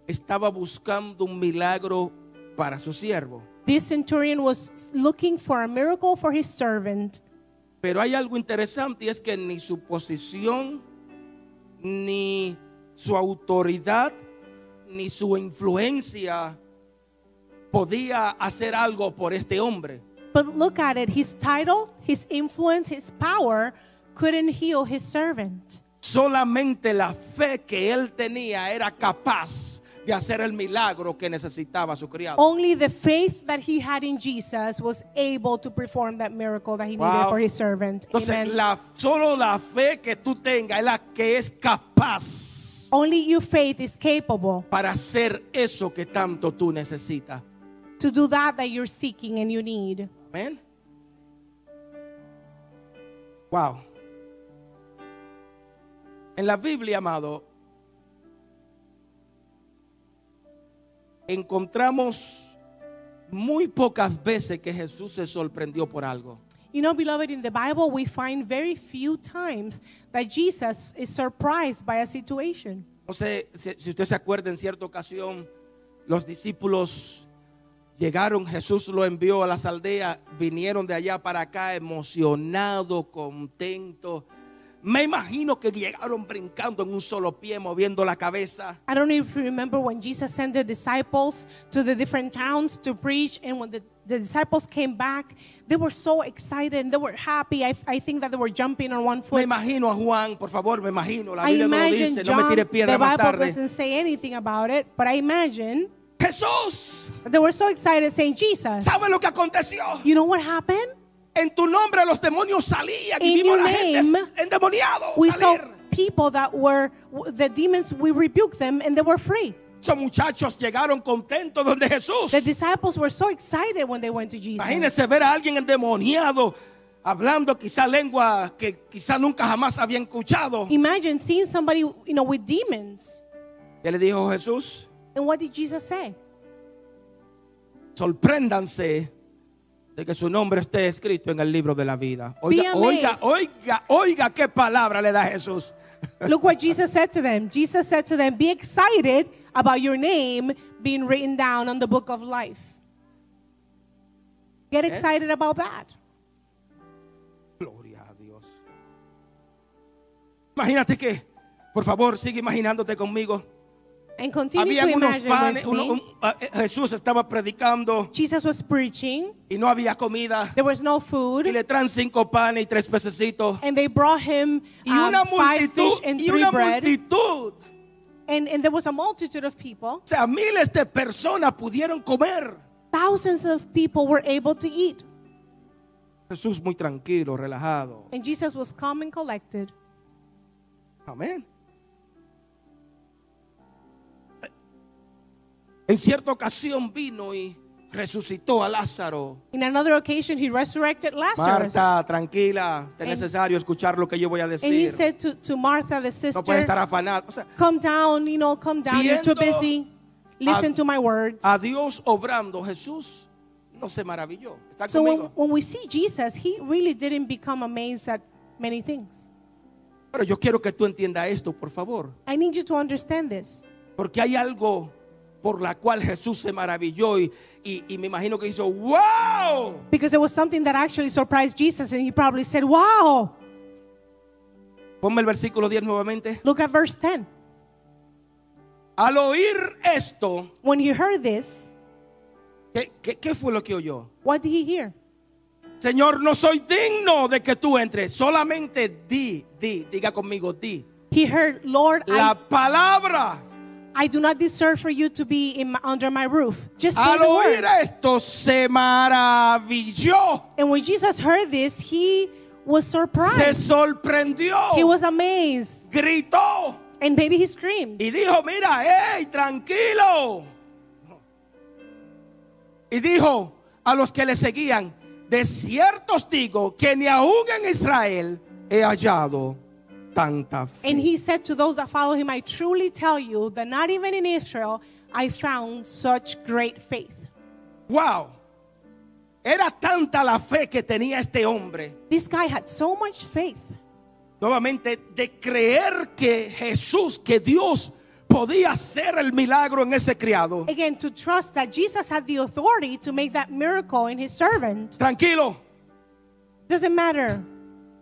Speaker 1: estaba buscando un milagro para su siervo.
Speaker 2: This centurion was looking for a miracle for his servant.
Speaker 1: Pero hay algo interesante y es que ni su posición, ni su autoridad, ni su influencia podía hacer algo por este hombre.
Speaker 2: But look at it his title, his influence, his power couldn't heal his servant.
Speaker 1: Solamente la fe que él tenía era capaz de hacer el milagro que necesitaba su criado.
Speaker 2: Only the faith that he had in Jesus was able to perform that miracle that he
Speaker 1: Wow.
Speaker 2: needed for his servant.
Speaker 1: Entonces,
Speaker 2: Amen.
Speaker 1: la, solo la fe que tú tengas es la que es capaz
Speaker 2: Only your faith is capable
Speaker 1: para hacer eso que tanto tú necesitas.
Speaker 2: to do that that you're seeking and you need.
Speaker 1: Amén. Wow. En la Biblia, amado, encontramos muy pocas veces que Jesús se sorprendió por algo.
Speaker 2: You know, beloved, in the Bible, we find very few times that Jesus is surprised by a situation.
Speaker 1: No sé si, si usted se acuerda, en cierta ocasión, los discípulos llegaron, Jesús lo envió a las aldeas, vinieron de allá para acá emocionados, contentos. Me imagino que llegaron brincando en un solo pie, moviendo la cabeza.
Speaker 2: I don't know if you remember when Jesus sent the disciples to the different towns to preach, and when the, the disciples came back, they were so excited and they were happy. I, I think that they were jumping on one
Speaker 1: Me
Speaker 2: foot.
Speaker 1: imagino a Juan, por favor, me imagino. La
Speaker 2: I
Speaker 1: Biblia no lo
Speaker 2: imagine
Speaker 1: dice, no
Speaker 2: John,
Speaker 1: me tire
Speaker 2: the
Speaker 1: piedra más
Speaker 2: Bible
Speaker 1: tarde.
Speaker 2: doesn't say anything about it, but I imagine
Speaker 1: Jesús,
Speaker 2: that they were so excited saying, Jesus,
Speaker 1: ¿sabe lo que aconteció?
Speaker 2: you know what happened?
Speaker 1: En tu nombre los demonios salían y
Speaker 2: In
Speaker 1: vimos a
Speaker 2: your
Speaker 1: la gente
Speaker 2: name,
Speaker 1: endemoniado
Speaker 2: We saw
Speaker 1: salir.
Speaker 2: people that were, the demons, we rebuked them and they were free.
Speaker 1: Esos muchachos llegaron contentos donde Jesús.
Speaker 2: The disciples were so excited when they went to Jesus.
Speaker 1: Imagínense ver a alguien endemoniado hablando quizá lengua que quizá nunca jamás había escuchado.
Speaker 2: Imagine seeing somebody, you know, with demons.
Speaker 1: Y le dijo Jesús,
Speaker 2: And what did Jesus say?
Speaker 1: sorpréndanse de que su nombre esté escrito en el libro de la vida.
Speaker 2: Be
Speaker 1: Oiga,
Speaker 2: amazed.
Speaker 1: oiga, oiga, oiga qué palabra le da Jesús.
Speaker 2: Look what Jesus said to them. Jesus said to them, Be excited about your name being written down on the book of life. Get
Speaker 1: Eh?
Speaker 2: excited about that.
Speaker 1: Gloria a Dios. Imagínate que, por favor, sigue imaginándote conmigo.
Speaker 2: And continue
Speaker 1: Habían
Speaker 2: to
Speaker 1: unos
Speaker 2: imagine
Speaker 1: panes,
Speaker 2: with
Speaker 1: uno-
Speaker 2: me.
Speaker 1: un- ah, eh, Jesús estaba predicando
Speaker 2: Jesus was preaching.
Speaker 1: y no había comida.
Speaker 2: There was no
Speaker 1: Y
Speaker 2: food.
Speaker 1: le traen cinco panes y tres pececitos.
Speaker 2: And they brought him
Speaker 1: y
Speaker 2: um,
Speaker 1: una
Speaker 2: five
Speaker 1: multitud
Speaker 2: fish and
Speaker 1: y
Speaker 2: three
Speaker 1: una
Speaker 2: bread.
Speaker 1: multitud o
Speaker 2: And, and there was a multitude of people.
Speaker 1: sea miles de personas pudieron comer
Speaker 2: Thousands of people were able to eat.
Speaker 1: Jesús muy tranquilo relajado
Speaker 2: And Jesus was calm and collected.
Speaker 1: amén en cierta ocasión vino y resucitó a Lázaro
Speaker 2: In another occasion, he resurrected Lazarus.
Speaker 1: Marta tranquila es
Speaker 2: En-
Speaker 1: necesario escuchar lo que yo voy a
Speaker 2: and he
Speaker 1: decir
Speaker 2: said to, to Martha, the sister,
Speaker 1: no puede estar afanado o sea
Speaker 2: Come down, you know, come down. You're too
Speaker 1: Viendo
Speaker 2: busy. Listen to my words.
Speaker 1: a Dios obrando Jesús no se maravilló está
Speaker 2: So when,
Speaker 1: conmigo
Speaker 2: when we see Jesus, he really didn't become amazed at many things.
Speaker 1: pero yo quiero que tú entiendas esto por favor
Speaker 2: I need you to understand this.
Speaker 1: Porque hay algo por la cual Jesús se maravilló y, y- y me imagino que hizo, wow,
Speaker 2: Because it was something that actually surprised Jesus, and he probably said, Wow,
Speaker 1: ponme el versículo 10 nuevamente.
Speaker 2: look at verse 10.
Speaker 1: Al oír esto,
Speaker 2: When he heard this,
Speaker 1: ¿qué, qué- qué fue lo que oyó?
Speaker 2: what did he hear?
Speaker 1: Señor, no soy digno de que tú entres, solamente di, di, diga conmigo, di.
Speaker 2: He heard, Lord,
Speaker 1: La
Speaker 2: I,
Speaker 1: palabra,
Speaker 2: I do not deserve for you to be in my, under my roof. Just say
Speaker 1: al
Speaker 2: the
Speaker 1: oír
Speaker 2: word.
Speaker 1: esto, se maravilló
Speaker 2: And when Jesus heard this, he was
Speaker 1: se
Speaker 2: surprised.
Speaker 1: sorprendió,
Speaker 2: He was amazed.
Speaker 1: gritó
Speaker 2: And baby, he screamed.
Speaker 1: y dijo, mira, hey, tranquilo. Y dijo a los que le seguían, de cierto os digo que ni aún en Israel he hallado tanta fe.
Speaker 2: And he said to those that follow him, I truly tell you that not even in Israel I found such great faith.
Speaker 1: Wow. Era tanta la fe que tenía este hombre.
Speaker 2: This guy had so much faith
Speaker 1: Nuevamente, de creer que Jesús, que Dios podía hacer el milagro en ese criado.
Speaker 2: again to trust that Jesus had the authority to make that miracle in his servant.
Speaker 1: Tranquilo,
Speaker 2: Doesn't matter.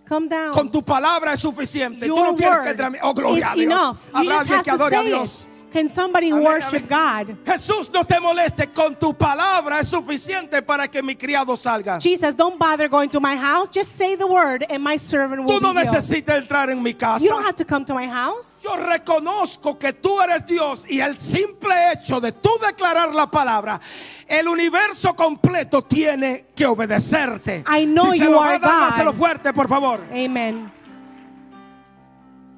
Speaker 2: Come down.
Speaker 1: con tu palabra es suficiente. Tú
Speaker 2: Your
Speaker 1: no tienes que
Speaker 2: word
Speaker 1: drama- Oh, gloria a
Speaker 2: is
Speaker 1: Dios.
Speaker 2: enough. You
Speaker 1: Habrá
Speaker 2: just
Speaker 1: alguien
Speaker 2: have
Speaker 1: que
Speaker 2: to
Speaker 1: adore a
Speaker 2: say
Speaker 1: Dios.
Speaker 2: it. Can somebody
Speaker 1: Amén,
Speaker 2: worship
Speaker 1: amén.
Speaker 2: God?
Speaker 1: Jesús, no te moleste. Con tu palabra es suficiente para que mi criado salga.
Speaker 2: Jesus, don't bother going to my house. Just say the word, and my servant will
Speaker 1: Tú no
Speaker 2: be healed.
Speaker 1: necesitas entrar en mi casa.
Speaker 2: You don't have to come to my house.
Speaker 1: Yo reconozco que tú eres Dios y el simple hecho de tú declarar la palabra, el universo completo tiene que obedecerte.
Speaker 2: I know
Speaker 1: si se
Speaker 2: you
Speaker 1: lo va
Speaker 2: are
Speaker 1: a dar,
Speaker 2: God. Eh.
Speaker 1: dáselo fuerte, por favor.
Speaker 2: Amen.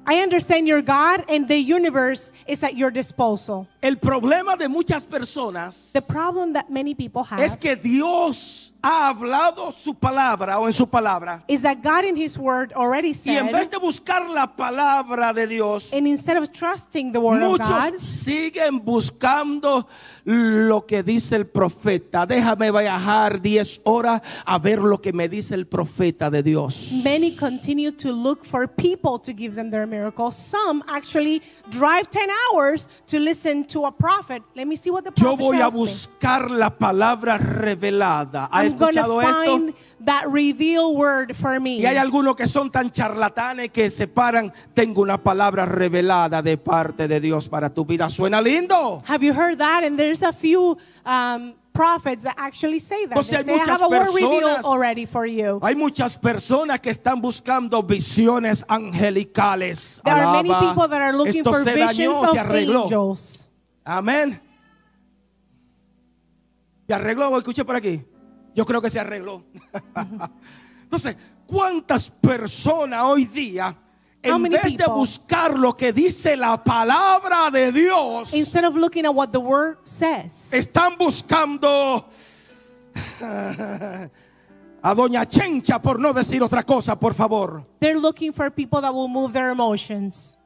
Speaker 2: I understand you're God, and the universe is at your disposal.
Speaker 1: El problema de muchas personas
Speaker 2: The problem that many people have
Speaker 1: es que Dios ha hablado su palabra o en su palabra
Speaker 2: is that God, in His Word, already
Speaker 1: y en
Speaker 2: said,
Speaker 1: vez de buscar la palabra de Dios,
Speaker 2: and instead of trusting the Word of God,
Speaker 1: Muchos siguen buscando lo que dice el profeta. Déjame viajar 10 horas a ver lo que me dice el profeta de Dios.
Speaker 2: Many continue to look for people to give them their miracle. Some actually drive 10 hours to listen to a prophet. Let me see what the
Speaker 1: Yo
Speaker 2: prophet
Speaker 1: voy a
Speaker 2: tells me.
Speaker 1: buscar la palabra revelada. ¿Ha
Speaker 2: I'm going to
Speaker 1: escuchado
Speaker 2: find
Speaker 1: esto?
Speaker 2: that reveal word for me.
Speaker 1: Y hay algunos que son tan charlatanes que se paran. Tengo una palabra revelada de parte de Dios para tu vida. Suena lindo.
Speaker 2: Have you heard that? And there's a few um, prophets that actually say that.
Speaker 1: Entonces
Speaker 2: They
Speaker 1: hay
Speaker 2: say, I have
Speaker 1: muchas
Speaker 2: a word revealed
Speaker 1: personas-
Speaker 2: already for you.
Speaker 1: Hay muchas personas que están buscando visiones angelicales.
Speaker 2: There are many
Speaker 1: Alaba.
Speaker 2: people that are looking
Speaker 1: Esto
Speaker 2: for
Speaker 1: se
Speaker 2: visions
Speaker 1: dañó,
Speaker 2: of
Speaker 1: se arregló.
Speaker 2: angels.
Speaker 1: Amén. ¿Se arregló? ¿O Escuché por aquí. Yo creo que se arregló. Entonces, ¿cuántas personas hoy día,
Speaker 2: How
Speaker 1: en
Speaker 2: many
Speaker 1: vez de
Speaker 2: people?
Speaker 1: buscar lo que dice la palabra de Dios,
Speaker 2: Instead of looking at what the word says.
Speaker 1: están buscando a Doña Chencha, por no decir otra cosa, por favor?
Speaker 2: They're looking for people that will move their emotions.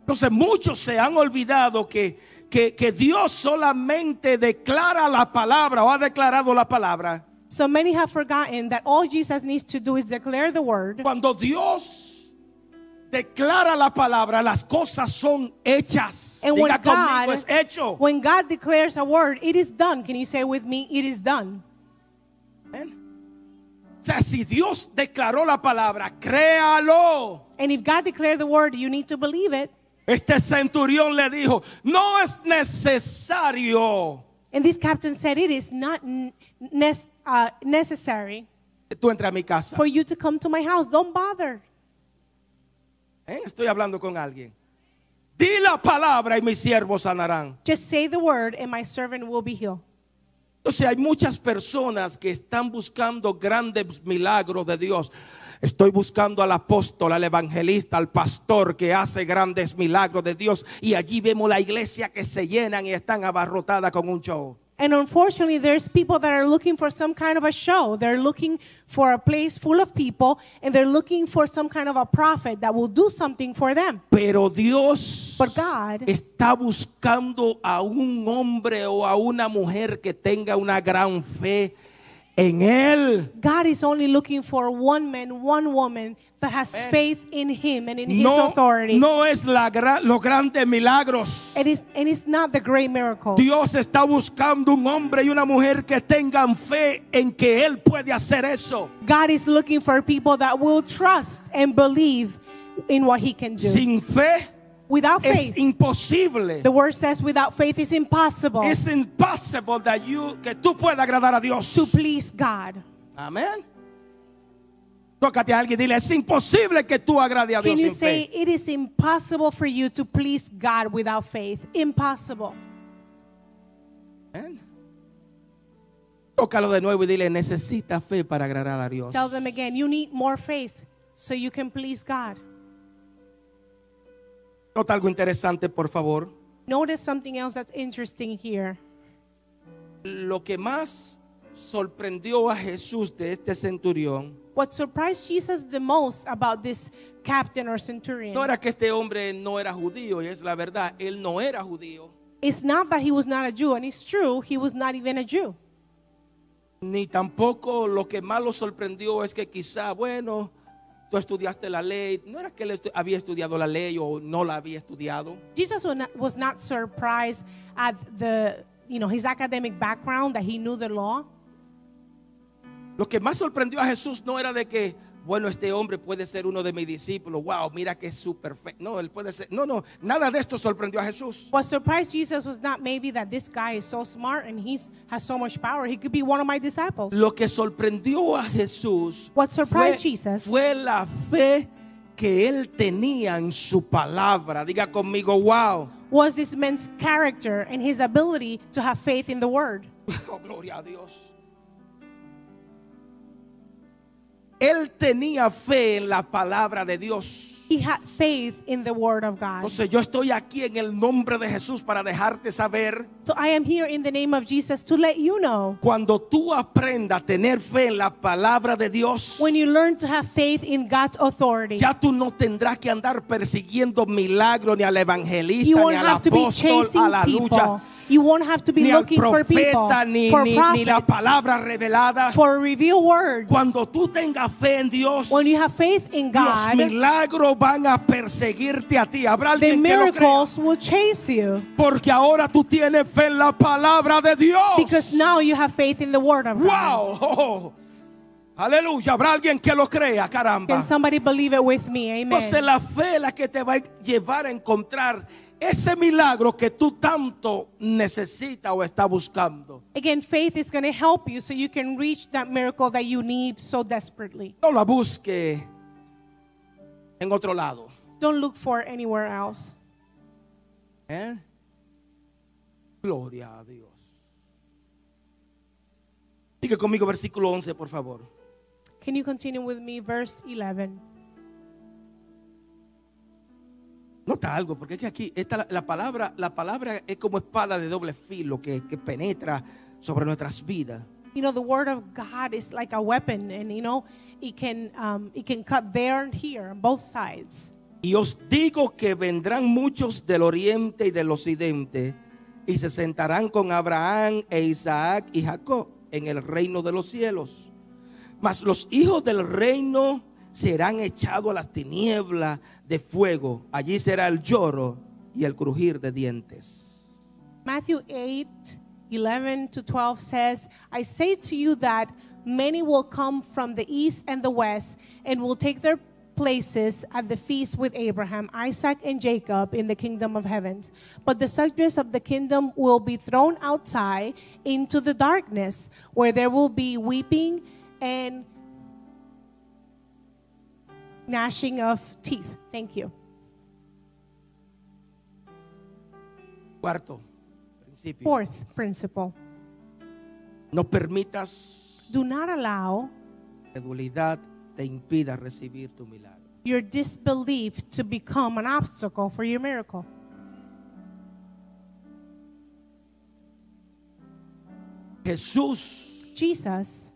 Speaker 1: Entonces muchos se han olvidado que, que, que Dios solamente declara la palabra o ha declarado la palabra.
Speaker 2: So many have forgotten that all Jesus needs to do is declare the word.
Speaker 1: Cuando Dios declara la palabra, las cosas son hechas.
Speaker 2: And when
Speaker 1: Diga
Speaker 2: God,
Speaker 1: conmigo, es hecho.
Speaker 2: when God declares a word, it is done. Can you say with me, it is done?
Speaker 1: Amén. O sea, si Dios declaró la palabra, créalo.
Speaker 2: And if God declared the word, you need to believe it.
Speaker 1: Este centurión le dijo, no es necesario
Speaker 2: And this captain said, it is not n- nes- uh, necessary
Speaker 1: que tú entres a mi casa.
Speaker 2: for you to come to my house. Don't bother.
Speaker 1: ¿Eh? Estoy hablando con alguien. Di la palabra y mis siervos sanarán.
Speaker 2: Just say the word and my servant will be healed.
Speaker 1: Entonces hay muchas personas que están buscando grandes milagros de Dios. Estoy buscando al apóstol, al evangelista, al pastor que hace grandes milagros de Dios. Y allí vemos la iglesia que se llenan y están abarrotadas con un show.
Speaker 2: And unfortunately, there's people that are looking for some kind of a show. They're looking for a place full of people, and they're looking for some kind of a prophet that will do something for them.
Speaker 1: Pero Dios
Speaker 2: But God-
Speaker 1: está buscando a un hombre o a una mujer que tenga una gran fe en Él.
Speaker 2: God is only looking for one man, one woman that has faith in Him and in His
Speaker 1: No,
Speaker 2: authority.
Speaker 1: no es la gra- los grandes milagros.
Speaker 2: It is, and it's not the great miracle.
Speaker 1: Dios está buscando un hombre y una mujer que tengan fe en que Él puede hacer eso.
Speaker 2: God is looking for people that will trust and believe in what He can do.
Speaker 1: Sin fe
Speaker 2: without faith,
Speaker 1: es imposible.
Speaker 2: the word says, without faith is impossible
Speaker 1: Es impossible that you- que tú puedas agradar a Dios.
Speaker 2: to please God.
Speaker 1: Amén. Tócate a alguien y dile, es imposible que tú agrade a
Speaker 2: Can
Speaker 1: Dios
Speaker 2: you
Speaker 1: sin
Speaker 2: say
Speaker 1: fe.
Speaker 2: it is impossible for you to please God without faith? Impossible.
Speaker 1: Amén. Tócalo de nuevo y dile, necesita fe para agradar a Dios.
Speaker 2: Tell them again, you need more faith so you can please God.
Speaker 1: Nota algo interesante, por favor.
Speaker 2: Notice something else that's interesting here.
Speaker 1: Lo que más sorprendió a Jesús de este centurión
Speaker 2: What surprised Jesus the most about this captain or centurion
Speaker 1: no era que este hombre no era judío, y es la verdad, él no era judío,
Speaker 2: is not that he was not a Jew, and it's true, he was not even a Jew.
Speaker 1: ni tampoco lo que más lo sorprendió es que quizá, bueno, tú estudiaste la ley, no era que él estu- había estudiado la ley o no la había estudiado.
Speaker 2: Jesus was not, was not surprised at the, you know, his academic background that he knew the law.
Speaker 1: Lo que más sorprendió a Jesús no era de que, bueno, este hombre puede ser uno de mis discípulos. Wow, mira que es súper fe. No, él puede ser. No, no, nada de esto sorprendió a Jesús.
Speaker 2: What surprised Jesus was not maybe that this guy is so smart and he's has so much power. He could be one of my disciples.
Speaker 1: Lo que sorprendió a Jesús
Speaker 2: What surprised
Speaker 1: fue,
Speaker 2: Jesus-
Speaker 1: fue la fe que él tenía en su palabra. Diga conmigo, wow.
Speaker 2: Was this man's character and his ability to have faith in the word?
Speaker 1: Oh, gloria a Dios. Él tenía fe en la palabra de Dios.
Speaker 2: He had faith in the word of God.
Speaker 1: Entonces yo estoy aquí en el nombre de Jesús para dejarte saber
Speaker 2: So I am here in the name of Jesus to let you know
Speaker 1: Cuando tú aprendas a tener fe en la palabra de Dios,
Speaker 2: when you learn to have faith in God's authority,
Speaker 1: ya tú no tendrás que andar persiguiendo milagros ni al
Speaker 2: you
Speaker 1: evangelista, ni
Speaker 2: won't
Speaker 1: al
Speaker 2: have to be
Speaker 1: apóstol, a
Speaker 2: chasing
Speaker 1: la lucha,
Speaker 2: people. You won't have to be
Speaker 1: ni al
Speaker 2: looking for people,
Speaker 1: profeta, ni,
Speaker 2: for
Speaker 1: ni- ni la
Speaker 2: prophets,
Speaker 1: palabra revelada.
Speaker 2: for revealed words.
Speaker 1: Cuando tú tengas fe en Dios,
Speaker 2: When you have faith in
Speaker 1: los
Speaker 2: God,
Speaker 1: milagros van a perseguirte a ti. Habrá
Speaker 2: the
Speaker 1: alguien que lo crea.
Speaker 2: miracles will chase you
Speaker 1: Porque ahora tú tienes fe en la palabra de Dios.
Speaker 2: because now you have faith in the word of God.
Speaker 1: wow. Oh. Aleluya. Habrá alguien que lo crea, caramba.
Speaker 2: Can somebody believe it with me?
Speaker 1: Entonces
Speaker 2: Amen.
Speaker 1: la fe es la que te va a llevar a encontrar ese milagro que tú tanto necesitas o estás buscando.
Speaker 2: Again, faith is going to help you so you can reach that miracle that you need so desperately.
Speaker 1: No la busques en otro lado.
Speaker 2: Don't look for it anywhere else.
Speaker 1: ¿eh? Gloria a Dios. Diga conmigo versículo 11, por favor.
Speaker 2: Can you continue with me, verse 11?
Speaker 1: Nota algo, porque es que aquí esta, la, la palabra, la palabra es como espada de doble filo que, que penetra sobre nuestras vidas.
Speaker 2: You know, the word of God is like a weapon, and you know, it can um, it can cut there and here, on both sides.
Speaker 1: Y os digo que vendrán muchos del oriente y del occidente y se sentarán con Abraham e Isaac y Jacob en el reino de los cielos. Mas los hijos del reino serán echados a las tinieblas de fuego. Allí será el lloro y el crujir de dientes.
Speaker 2: Matthew 8, 11 to 12 says, I say to you that many will come from the east and the west and will take their places at the feast with Abraham, Isaac, and Jacob in the kingdom of heavens. But the subjects of the kingdom will be thrown outside into the darkness, where there will be weeping and gnashing of teeth. Thank you.
Speaker 1: Cuarto principio.
Speaker 2: Fourth principle
Speaker 1: No permitas
Speaker 2: do not allow
Speaker 1: que la credulidad te impida recibir tu milagro.
Speaker 2: your disbelief to become an obstacle for your miracle.
Speaker 1: Jesús
Speaker 2: Jesus,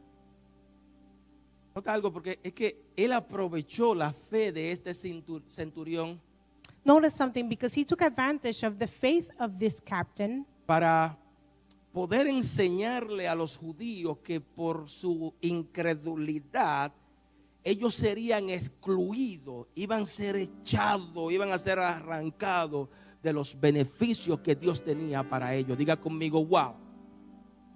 Speaker 1: Nota algo, porque es que él aprovechó la fe de este cintu- centurión
Speaker 2: notice something because he took advantage of the faith of this captain
Speaker 1: para poder enseñarle a los judíos que por su incredulidad ellos serían excluidos, iban a ser echados, iban a ser arrancados de los beneficios que Dios tenía para ellos. Diga conmigo, wow.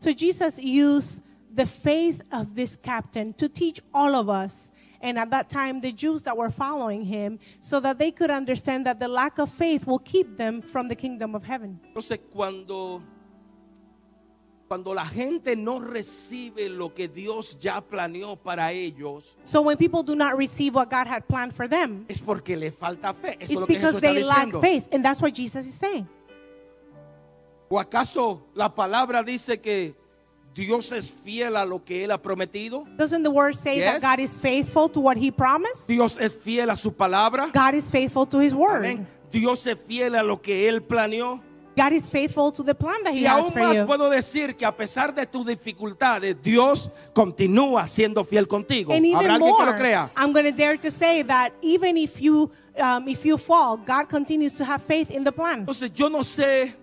Speaker 2: So Jesus used the faith of this captain to teach all of us, and at that time, the Jews that were following him, so that they could understand that the lack of faith will keep them from the kingdom of heaven.
Speaker 1: Entonces cuando cuando la gente no recibe lo que Dios ya planeó para ellos,
Speaker 2: So when people do not receive what God had planned for them,
Speaker 1: Es porque le falta fe. Eso es
Speaker 2: it's
Speaker 1: lo que Jesús
Speaker 2: because
Speaker 1: está
Speaker 2: they lack
Speaker 1: diciendo.
Speaker 2: faith, and that's what Jesus is saying.
Speaker 1: ¿O acaso la palabra dice que Dios es fiel a lo que Él ha prometido.
Speaker 2: Doesn't the word say
Speaker 1: Yes.
Speaker 2: that God is faithful to what he promised?
Speaker 1: Dios es fiel a su palabra.
Speaker 2: God is faithful to his word.
Speaker 1: Amén. Dios es fiel a lo que Él planeó.
Speaker 2: God is faithful to the plan that he
Speaker 1: Y
Speaker 2: has
Speaker 1: aún
Speaker 2: for
Speaker 1: más
Speaker 2: you.
Speaker 1: puedo decir que a pesar de tus dificultades, Dios continúa siendo fiel contigo.
Speaker 2: and even
Speaker 1: Habrá alguien
Speaker 2: more,
Speaker 1: que lo crea.
Speaker 2: I'm going to dare to say that even if you um, if you fall, God continues to have faith in the plan.
Speaker 1: Entonces yo no sé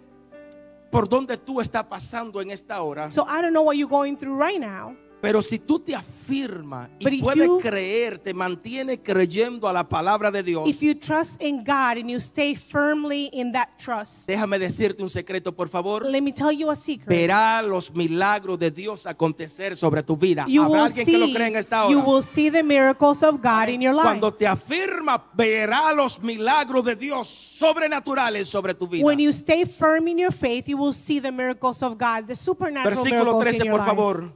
Speaker 1: por dónde tú estás pasando en esta hora,
Speaker 2: So I don't know what you're going through right now,
Speaker 1: pero si tú te afirmas
Speaker 2: But
Speaker 1: y
Speaker 2: if
Speaker 1: puedes
Speaker 2: you-
Speaker 1: creer, te mantienes creyendo a la palabra de Dios,
Speaker 2: if you trust in God and you stay firmly in that trust,
Speaker 1: déjame decirte un secreto, por favor.
Speaker 2: let me tell you a secret.
Speaker 1: Verá los milagros de Dios acontecer sobre tu vida.
Speaker 2: You
Speaker 1: Habrá
Speaker 2: will
Speaker 1: alguien que lo
Speaker 2: see
Speaker 1: cree en esta hora.
Speaker 2: you will see the miracles of God in your life.
Speaker 1: Cuando te afirma, verá los milagros de Dios sobrenaturales sobre tu vida.
Speaker 2: When you stay firm in your faith, you will see the miracles of God, the supernatural
Speaker 1: Versículo
Speaker 2: miracles
Speaker 1: 13,
Speaker 2: in your
Speaker 1: por
Speaker 2: life.
Speaker 1: favor.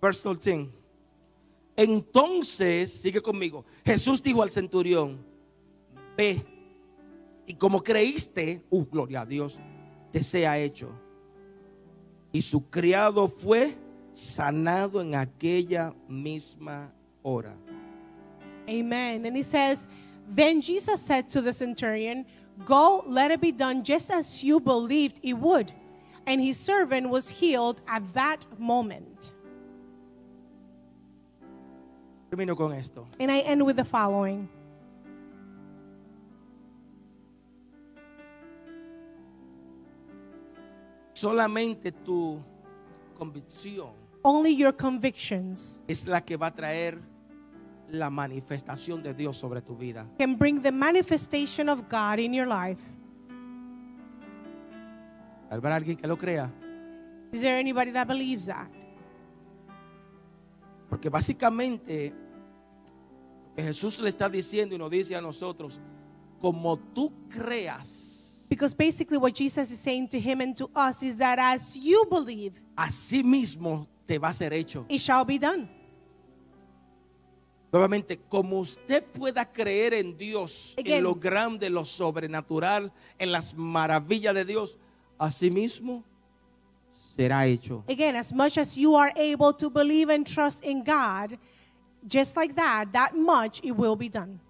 Speaker 1: Verso 13. Entonces, sigue conmigo. Jesús dijo al centurión, ve. Y como creíste, uh, gloria a Dios, te sea hecho. Y su criado fue sanado en aquella misma hora.
Speaker 2: Amen. And he says, Then Jesus said to the centurion, Go, let it be done just as you believed it would. And his servant was healed at that moment.
Speaker 1: Termino con esto.
Speaker 2: And I end with the following
Speaker 1: Solamente tu convicción
Speaker 2: Only your convictions
Speaker 1: es la que va a traer la manifestación de Dios sobre tu vida.
Speaker 2: can bring the manifestation of God in your life.
Speaker 1: Habrá alguien que lo crea.
Speaker 2: Is there anybody that believes that?
Speaker 1: Porque básicamente lo que Jesús le está diciendo y nos dice a nosotros, como tú creas,
Speaker 2: Because basically, what Jesus is saying to him and to us is that as you believe,
Speaker 1: así mismo te va a ser hecho.
Speaker 2: it shall be done.
Speaker 1: Nuevamente, como usted pueda creer en Dios, en
Speaker 2: Again.
Speaker 1: lo grande, lo sobrenatural, en las maravillas de Dios, así mismo será hecho.
Speaker 2: Again, as much as you are able to believe and trust in God, just like that, that much it will be done.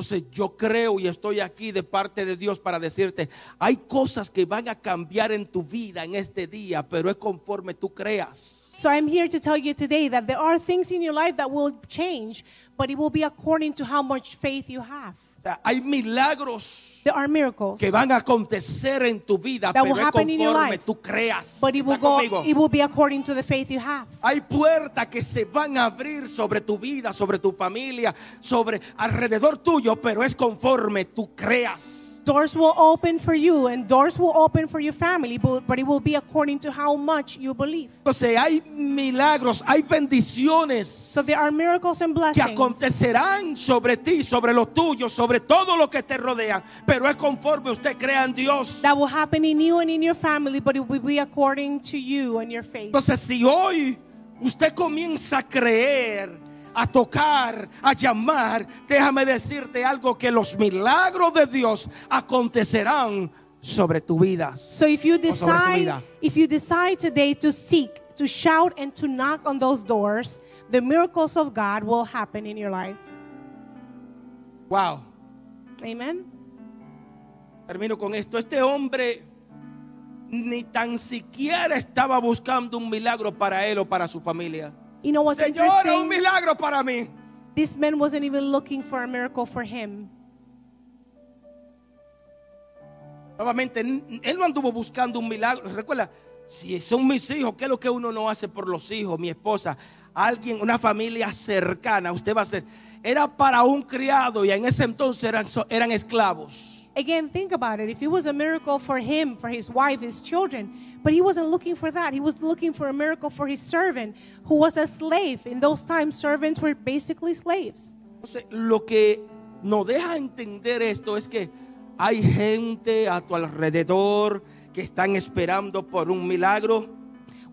Speaker 1: Entonces yo creo y estoy aquí de parte de Dios para decirte, hay cosas que van a cambiar en tu vida en este día, pero es conforme tú creas.
Speaker 2: So I'm here to tell you today that there are things in your life that will change, but it will be according to how much faith you have.
Speaker 1: O sea, hay milagros
Speaker 2: There are miracles,
Speaker 1: que van a acontecer en tu vida,
Speaker 2: That
Speaker 1: pero
Speaker 2: will
Speaker 1: es
Speaker 2: happen in your
Speaker 1: conforme
Speaker 2: life.
Speaker 1: tú creas.
Speaker 2: but it will
Speaker 1: ¿Está
Speaker 2: go.
Speaker 1: conmigo?
Speaker 2: It will be according to the faith you have.
Speaker 1: Hay puertas que se van a abrir sobre tu vida, sobre tu familia, sobre alrededor tuyo, pero es conforme tú creas.
Speaker 2: Doors will open for you, and doors will open for your family, but, but it will be according to how much you believe.
Speaker 1: Entonces hay milagros, hay bendiciones
Speaker 2: So there are miracles and
Speaker 1: que
Speaker 2: blessings.
Speaker 1: acontecerán sobre ti, sobre los tuyos, sobre todo lo que te rodean, pero es conforme usted crea en Dios.
Speaker 2: that will happen in you and in your family, but it will be according to you and your faith.
Speaker 1: Entonces, si hoy usted comienza a creer, a tocar, a llamar, déjame decirte algo que los milagros de Dios acontecerán sobre tu vida.
Speaker 2: So if you
Speaker 1: sobre tu vida.
Speaker 2: decide, if you decide today to seek, to shout, and to knock on those doors, the miracles of God will happen in your life.
Speaker 1: Wow.
Speaker 2: Amen.
Speaker 1: Termino con esto. Este hombre ni tan siquiera estaba buscando un milagro para él o para su familia.
Speaker 2: You know what's
Speaker 1: Señora, un
Speaker 2: interesting?
Speaker 1: milagro para mí.
Speaker 2: This man wasn't even looking for a miracle for him.
Speaker 1: Nuevamente, n- él no anduvo buscando un milagro. Recuerda, si son mis hijos, ¿qué es lo que uno no hace por los hijos? Mi esposa, alguien, una familia cercana, usted va a hacer. Era para un criado y en ese entonces eran, so- eran esclavos.
Speaker 2: Again, think about it. If it was a miracle for him, for his wife, his children, but he wasn't looking for that. He was looking for a miracle for his servant who was a slave. In those times, servants were basically slaves.
Speaker 1: Entonces, lo que nos deja entender esto es que hay gente a tu alrededor que están esperando por un milagro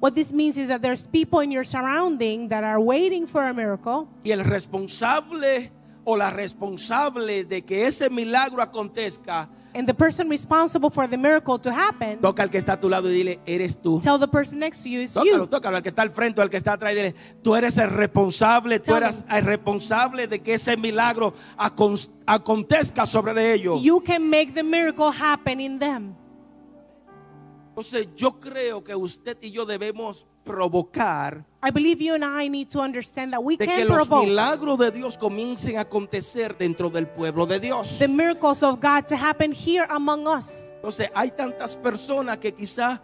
Speaker 2: What this means is that there's people in your surrounding that are waiting for a miracle,
Speaker 1: y el responsable o la responsable de que ese milagro acontezca,
Speaker 2: And the person responsible for the miracle to happen,
Speaker 1: toca al que está a tu lado y dile, eres tú.
Speaker 2: tell the person next to you, it's
Speaker 1: Tócalo,
Speaker 2: you.
Speaker 1: tócalo, al que está al frente, o al que está atrás, y dile, tú eres el responsable, tú
Speaker 2: Tell
Speaker 1: eres el responsable de que ese milagro acon- acontezca sobre de ellos.
Speaker 2: You can make the miracle happen in them.
Speaker 1: Entonces yo creo que usted y yo debemos provocar
Speaker 2: I believe you and I need to understand that we
Speaker 1: de que
Speaker 2: can
Speaker 1: los
Speaker 2: provoke
Speaker 1: milagros de Dios comiencen a acontecer dentro del pueblo de Dios.
Speaker 2: the miracles of God to happen here among us.
Speaker 1: Entonces hay tantas personas que quizás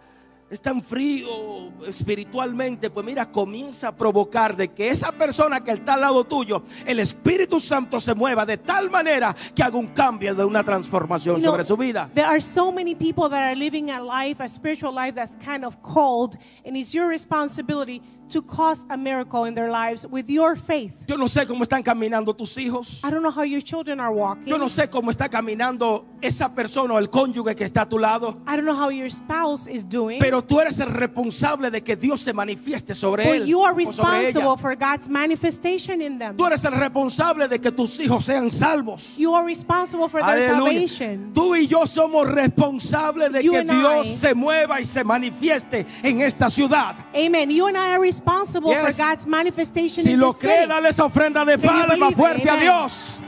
Speaker 1: están fríos espiritualmente, pues mira, comienza a provocar de que esa persona que está al lado tuyo, el Espíritu Santo se mueva de tal manera que haga un cambio de una transformación
Speaker 2: You know,
Speaker 1: sobre su vida.
Speaker 2: There are so many people that are living a life, a spiritual life that's kind of cold, and it's your responsibility to cause a miracle in their lives with your faith.
Speaker 1: Yo no sé cómo están caminando tus hijos.
Speaker 2: I don't know how your children are walking.
Speaker 1: Yo no sé cómo está caminando esa persona o el cónyuge que está a tu lado.
Speaker 2: I don't know how your spouse is doing.
Speaker 1: Pero tú eres el responsable de que Dios se manifieste sobre
Speaker 2: but
Speaker 1: él.
Speaker 2: you are
Speaker 1: o sobre
Speaker 2: responsible
Speaker 1: ella.
Speaker 2: for God's manifestation in them.
Speaker 1: Tú eres el responsable de que tus hijos sean salvos.
Speaker 2: You are responsible for their
Speaker 1: Aleluya.
Speaker 2: salvation.
Speaker 1: Tú y yo somos responsables de
Speaker 2: You
Speaker 1: que
Speaker 2: and
Speaker 1: Dios
Speaker 2: I.
Speaker 1: se mueva y se manifieste en esta ciudad.
Speaker 2: Amen. You and I are responsible
Speaker 1: Yes.
Speaker 2: for God's manifestation
Speaker 1: Si
Speaker 2: in
Speaker 1: lo
Speaker 2: this
Speaker 1: cree,
Speaker 2: city.
Speaker 1: dale esa ofrenda de
Speaker 2: Can you
Speaker 1: palma
Speaker 2: believe it?
Speaker 1: fuerte a
Speaker 2: Amen.
Speaker 1: Dios.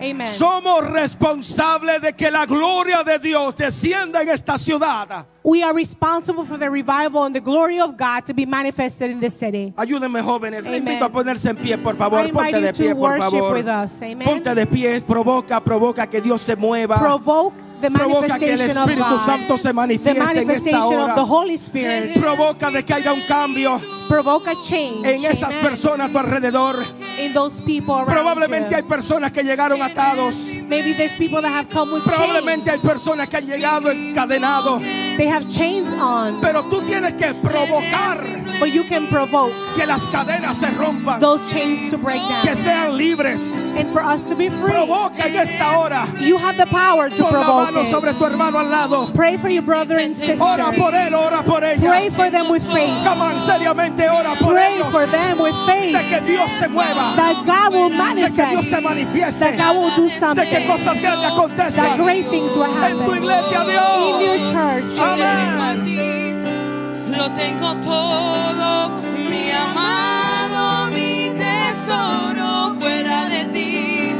Speaker 2: Amen.
Speaker 1: Somos responsables de que la gloria de Dios descienda en esta ciudad.
Speaker 2: we are responsible for the revival and the glory of God to be manifested in this city.
Speaker 1: Ayúdenme jóvenes, le
Speaker 2: Amen.
Speaker 1: invito a ponerse en pie, por favor.
Speaker 2: I
Speaker 1: Ponte
Speaker 2: invite you
Speaker 1: de
Speaker 2: to
Speaker 1: pie, por
Speaker 2: worship
Speaker 1: favor.
Speaker 2: with us. Amen.
Speaker 1: Ponte de pie, provoca, provoca que Dios se mueva.
Speaker 2: Provoke the
Speaker 1: Provoca que el
Speaker 2: manifestation of
Speaker 1: Espíritu
Speaker 2: God.
Speaker 1: Santo se
Speaker 2: the
Speaker 1: manifieste en
Speaker 2: manifestation
Speaker 1: esta
Speaker 2: of the
Speaker 1: hora.
Speaker 2: Holy Spirit.
Speaker 1: Provoca de que haya un cambio
Speaker 2: Provoke a change
Speaker 1: en esas
Speaker 2: Amen.
Speaker 1: personas a tu alrededor.
Speaker 2: in those people around
Speaker 1: Probablemente
Speaker 2: you.
Speaker 1: hay personas que llegaron atados.
Speaker 2: Maybe there's people that have come with
Speaker 1: Probablemente hay
Speaker 2: chains.
Speaker 1: personas que han llegado encadenados.
Speaker 2: They have chains on,
Speaker 1: Pero tú tienes que provocar
Speaker 2: but you can provoke
Speaker 1: que las cadenas se rompan,
Speaker 2: those chains to break
Speaker 1: que
Speaker 2: down
Speaker 1: sean libres.
Speaker 2: and for us to be free.
Speaker 1: Provoca en esta hora.
Speaker 2: You have the power to
Speaker 1: Pon la
Speaker 2: provoke
Speaker 1: mano sobre
Speaker 2: it.
Speaker 1: tu hermano al lado.
Speaker 2: Pray for your brother and
Speaker 1: Ora
Speaker 2: sister.
Speaker 1: por él, ora por
Speaker 2: Pray
Speaker 1: ella.
Speaker 2: for them with faith.
Speaker 1: Come on, seriamente ora por
Speaker 2: Pray
Speaker 1: ellos.
Speaker 2: for them with
Speaker 1: De
Speaker 2: faith
Speaker 1: que Dios se mueva,
Speaker 2: that God will
Speaker 1: de que Dios se
Speaker 2: manifest,
Speaker 1: manifieste,
Speaker 2: that God will do
Speaker 1: de que
Speaker 2: something,
Speaker 1: cosas grandes
Speaker 2: that
Speaker 1: acontezcan
Speaker 2: great things will
Speaker 1: en tu
Speaker 2: happen
Speaker 1: iglesia,
Speaker 2: in your
Speaker 1: Dios.
Speaker 2: church.
Speaker 3: Yo te tengo a
Speaker 1: Amén.
Speaker 3: ti, lo tengo todo, mi amado, mi tesoro fuera de ti,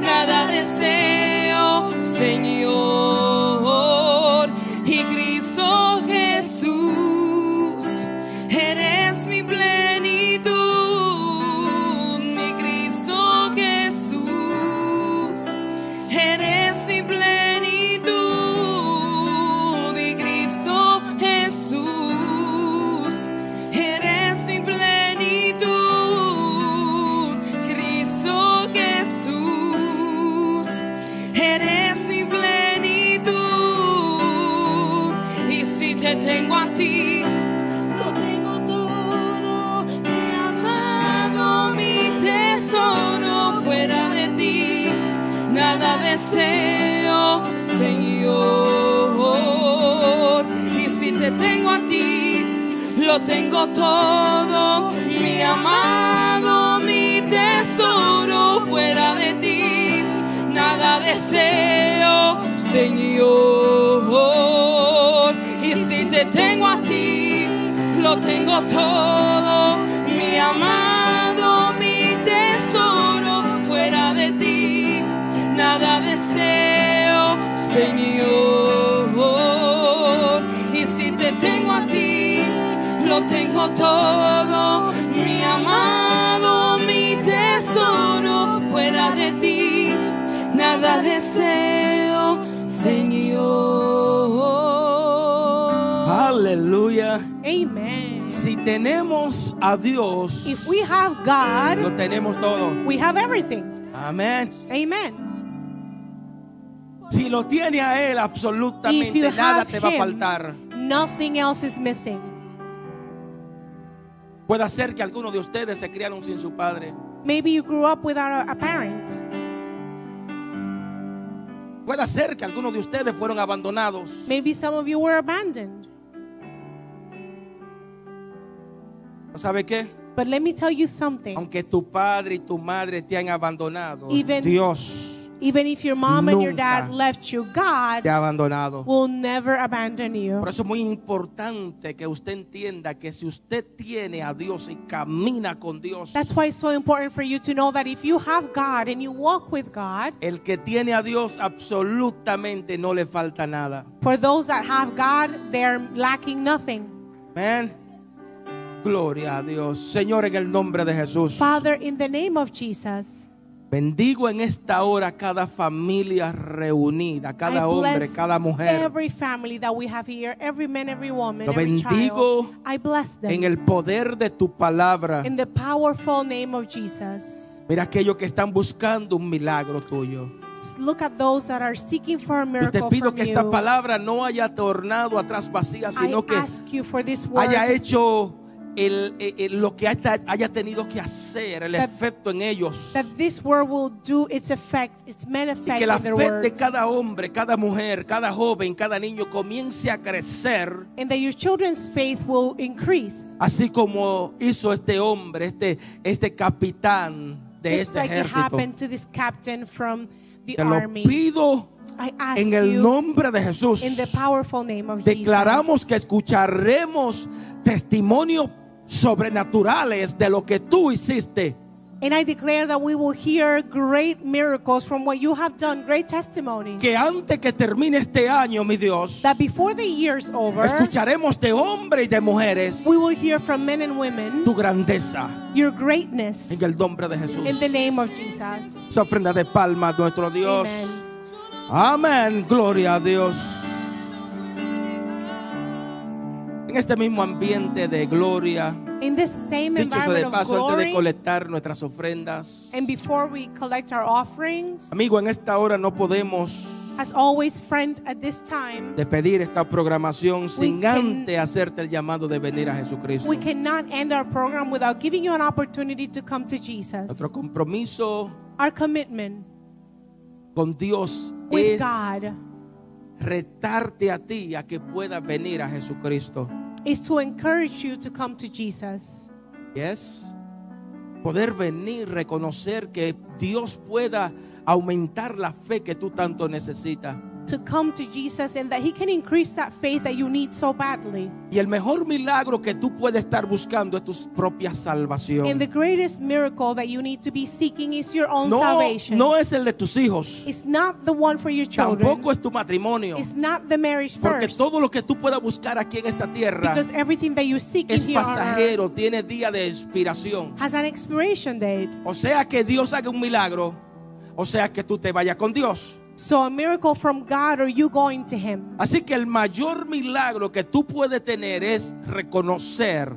Speaker 3: nada deseo, Señor. Y Cristo Jesús, eres mi plenitud, mi Cristo Jesús, eres mi plenitud, mi Cristo Jesús, eres mi plenitud, Cristo Jesús, eres mi plenitud, y si te tengo a ti, lo tengo todo, mi amado, mi tesoro fuera de ti, nada deseo, Señor. Y si te tengo a ti, lo tengo todo, mi amado, mi tesoro fuera de ti, nada deseo, Señor. Y si te tengo a ti, lo tengo todo, mi amado, mi tesoro fuera de ti, nada deseo, Señor. Y si te tengo a ti, lo tengo todo, mi amado, mi tesoro fuera de ti, nada deseo, Señor.
Speaker 1: Aleluya.
Speaker 2: Amen.
Speaker 1: Si tenemos a Dios,
Speaker 2: If we have God,
Speaker 1: lo tenemos todo.
Speaker 2: we have everything.
Speaker 1: Amén.
Speaker 2: Amen.
Speaker 1: Si lo tiene a Él,
Speaker 2: If you
Speaker 1: absolutamente nada
Speaker 2: have
Speaker 1: te va a faltar.
Speaker 2: Him, nothing else is missing.
Speaker 1: Puede ser que algunos de ustedes se criaron sin su padre.
Speaker 2: Maybe you grew up without a, a parent.
Speaker 1: Puede ser que algunos de ustedes fueron abandonados.
Speaker 2: Maybe some of you were abandoned.
Speaker 1: ¿Sabe qué?
Speaker 2: But let me tell you something.
Speaker 1: Aunque tu padre y tu madre te han abandonado,
Speaker 2: Even-
Speaker 1: Dios
Speaker 2: Even if your mom and your
Speaker 1: Nunca.
Speaker 2: dad left you,
Speaker 1: te
Speaker 2: God
Speaker 1: ha abandonado.
Speaker 2: will never abandon you.
Speaker 1: Por eso es muy importante que usted entienda que si usted tiene a Dios y camina con Dios,
Speaker 2: That's why it's so important for you to know that if you have God and you walk with God,
Speaker 1: el que tiene a Dios absolutamente no le falta nada.
Speaker 2: for those that have God, they're lacking nothing.
Speaker 1: Amén. Gloria a Dios. Señor, en el nombre de Jesús.
Speaker 2: Father, in the name of Jesus,
Speaker 1: Bendigo en esta hora cada familia reunida,
Speaker 2: I
Speaker 1: cada hombre,
Speaker 2: bless
Speaker 1: cada mujer.
Speaker 2: every family that we have here, every man, every woman,
Speaker 1: Lo
Speaker 2: every child.
Speaker 1: bendigo
Speaker 2: I bless them
Speaker 1: En el poder de tu palabra.
Speaker 2: in the powerful name of Jesus.
Speaker 1: Mira aquellos que están buscando un milagro tuyo.
Speaker 2: S- Look at those that are seeking for a
Speaker 1: Yo te
Speaker 2: miracle
Speaker 1: pido
Speaker 2: from
Speaker 1: que
Speaker 2: you.
Speaker 1: esta palabra no haya tornado atrás vacía,
Speaker 2: I
Speaker 1: sino que
Speaker 2: ask you for this word
Speaker 1: haya hecho el- el- el- lo que haya, haya tenido que hacer, el
Speaker 2: That-
Speaker 1: efecto en ellos.
Speaker 2: that this word will do its effect, its main
Speaker 1: Y
Speaker 2: effect
Speaker 1: que la
Speaker 2: in their
Speaker 1: fe de
Speaker 2: words.
Speaker 1: cada hombre, cada mujer, cada joven, cada niño comience a crecer.
Speaker 2: and that your children's faith will increase.
Speaker 1: Así como hizo este hombre, este, este capitán de
Speaker 2: Just
Speaker 1: este
Speaker 2: like it
Speaker 1: ejército.
Speaker 2: happened to this captain from the
Speaker 1: Te lo
Speaker 2: army.
Speaker 1: pido
Speaker 2: I ask
Speaker 1: en el
Speaker 2: you
Speaker 1: nombre de Jesús.
Speaker 2: in the powerful name of
Speaker 1: Declaramos
Speaker 2: Jesus.
Speaker 1: que escucharemos testimonios sobrenaturales de lo que tú hiciste.
Speaker 2: And I declare that we will hear great miracles from what you have done, great testimonies.
Speaker 1: Que antes que termine este año, mi Dios,
Speaker 2: That before the year's over,
Speaker 1: escucharemos de hombres y de mujeres
Speaker 2: we will hear from men and women
Speaker 1: tu grandeza
Speaker 2: your greatness
Speaker 1: en el nombre de Jesús.
Speaker 2: in the name of Jesus.
Speaker 1: Esa ofrenda de palmas, nuestro Dios.
Speaker 2: Amen.
Speaker 1: Amén, gloria a Dios. En este mismo ambiente de gloria,
Speaker 2: In this same
Speaker 1: dicho sea de
Speaker 2: environment of
Speaker 1: paso, antes de
Speaker 2: glory,
Speaker 1: colectar nuestras ofrendas,
Speaker 2: and before we collect our offerings,
Speaker 1: amigo, en esta hora no podemos
Speaker 2: as always, friend, at this time,
Speaker 1: despedir esta programación sin
Speaker 2: can-
Speaker 1: antes hacerte el llamado de venir a Jesucristo.
Speaker 2: We cannot end our program without giving you an opportunity to come to Jesus.
Speaker 1: Nuestro compromiso
Speaker 2: Our commitment
Speaker 1: con Dios es
Speaker 2: with God
Speaker 1: retarte a ti a que puedas venir a Jesucristo.
Speaker 2: is to encourage you to come to Jesus.
Speaker 1: Yes. Poder venir, reconocer que Dios pueda aumentar la fe que tú tanto necesitas.
Speaker 2: To come to Jesus and that He can increase that faith that you need so badly.
Speaker 1: Y el mejor milagro que tú puedes estar buscando es tu propia salvación.
Speaker 2: And the greatest miracle that you need to be seeking is your own
Speaker 1: No,
Speaker 2: salvation.
Speaker 1: no es el de tus hijos,
Speaker 2: It's not the one for your children,
Speaker 1: tampoco es tu matrimonio.
Speaker 2: it's not the marriage
Speaker 1: Porque
Speaker 2: first.
Speaker 1: todo lo que tú puedas buscar aquí en esta tierra
Speaker 2: Because everything that you seek
Speaker 1: es
Speaker 2: here on earth
Speaker 1: pasajero, tiene día de expiración.
Speaker 2: has an expiration date.
Speaker 1: O sea que Dios haga un milagro, o sea que tú te vayas con Dios.
Speaker 2: So a miracle from God or you going to Him.
Speaker 1: Así que el mayor milagro que tú puedes tener es reconocer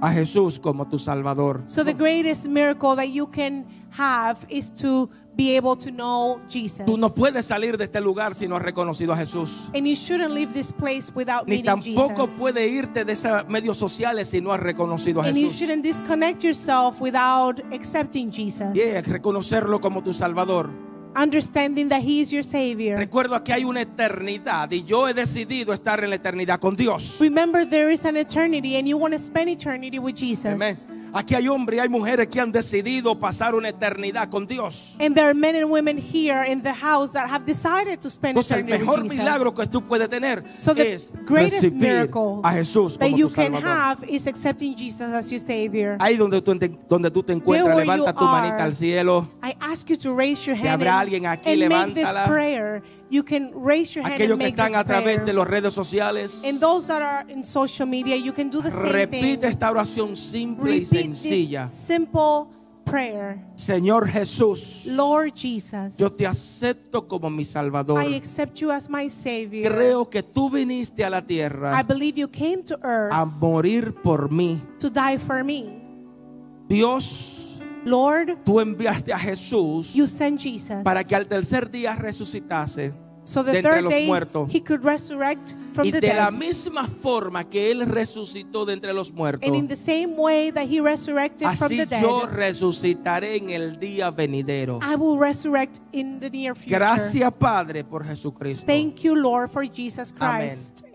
Speaker 1: a Jesús como tu Salvador.
Speaker 2: So the greatest miracle that you can have is to be able to know Jesus.
Speaker 1: Tú no puedes salir de este lugar si no has reconocido a Jesús.
Speaker 2: and you shouldn't leave this place without
Speaker 1: Ni
Speaker 2: meeting
Speaker 1: tampoco
Speaker 2: Jesus.
Speaker 1: puedes irte de esos medios sociales si no has reconocido a
Speaker 2: and you
Speaker 1: Jesús.
Speaker 2: shouldn't disconnect yourself without accepting Jesus.
Speaker 1: Yeah, reconocerlo como tu Salvador.
Speaker 2: Understanding that He is your Savior.
Speaker 1: Recuerdo que hay una eternidad y yo he decidido estar en la eternidad con Dios.
Speaker 2: Remember, there is an eternity, and you want to spend eternity with Jesus.
Speaker 1: Amén. Aquí hay hombres y hay mujeres que han decidido pasar una eternidad con Dios.
Speaker 2: And there are men and women here in the house that have decided to spend
Speaker 1: Entonces el
Speaker 2: eternity
Speaker 1: mejor
Speaker 2: with Jesus.
Speaker 1: milagro que tú puedes tener
Speaker 2: So the
Speaker 1: es
Speaker 2: greatest
Speaker 1: recibir
Speaker 2: miracle
Speaker 1: a Jesús
Speaker 2: that
Speaker 1: como
Speaker 2: you
Speaker 1: tu
Speaker 2: can
Speaker 1: Salvador.
Speaker 2: have is accepting Jesus as your Savior.
Speaker 1: Ahí donde tú, te- donde tú te encuentras,
Speaker 2: where you
Speaker 1: levanta tu
Speaker 2: are.
Speaker 1: manita al cielo.
Speaker 2: I ask you to raise your
Speaker 1: Si
Speaker 2: hand
Speaker 1: habrá
Speaker 2: and,
Speaker 1: alguien aquí,
Speaker 2: and make this
Speaker 1: levántala.
Speaker 2: prayer. You can raise your hand and
Speaker 1: Aquellos que
Speaker 2: make
Speaker 1: están a
Speaker 2: this
Speaker 1: través de
Speaker 2: prayer.
Speaker 1: las redes sociales,
Speaker 2: And those that are in social media, you can do the same
Speaker 1: repite
Speaker 2: thing.
Speaker 1: esta oración simple y
Speaker 2: Repeat
Speaker 1: sencilla.
Speaker 2: this simple prayer.
Speaker 1: Señor Jesús,
Speaker 2: Lord Jesus,
Speaker 1: yo te acepto como mi Salvador.
Speaker 2: I accept you as my Savior.
Speaker 1: Creo que tú viniste a la
Speaker 2: I
Speaker 1: tierra
Speaker 2: believe you came to earth
Speaker 1: a morir por mí.
Speaker 2: to die for me.
Speaker 1: Dios,
Speaker 2: Lord,
Speaker 1: tú enviaste a Jesús
Speaker 2: you sent Jesus.
Speaker 1: para que al tercer día resucitase
Speaker 2: so
Speaker 1: de
Speaker 2: the
Speaker 1: entre
Speaker 2: third
Speaker 1: los
Speaker 2: day
Speaker 1: muertos.
Speaker 2: he could resurrect from
Speaker 1: Y
Speaker 2: the
Speaker 1: de la
Speaker 2: dead.
Speaker 1: misma forma que Él resucitó de entre los muertos,
Speaker 2: And in the same way that he resurrected from
Speaker 1: así
Speaker 2: the dead.
Speaker 1: yo resucitaré en el día venidero.
Speaker 2: I will resurrect in the near future.
Speaker 1: Gracias Padre por Jesucristo.
Speaker 2: Thank you, Lord, for Jesus
Speaker 1: Amén.
Speaker 2: Christ.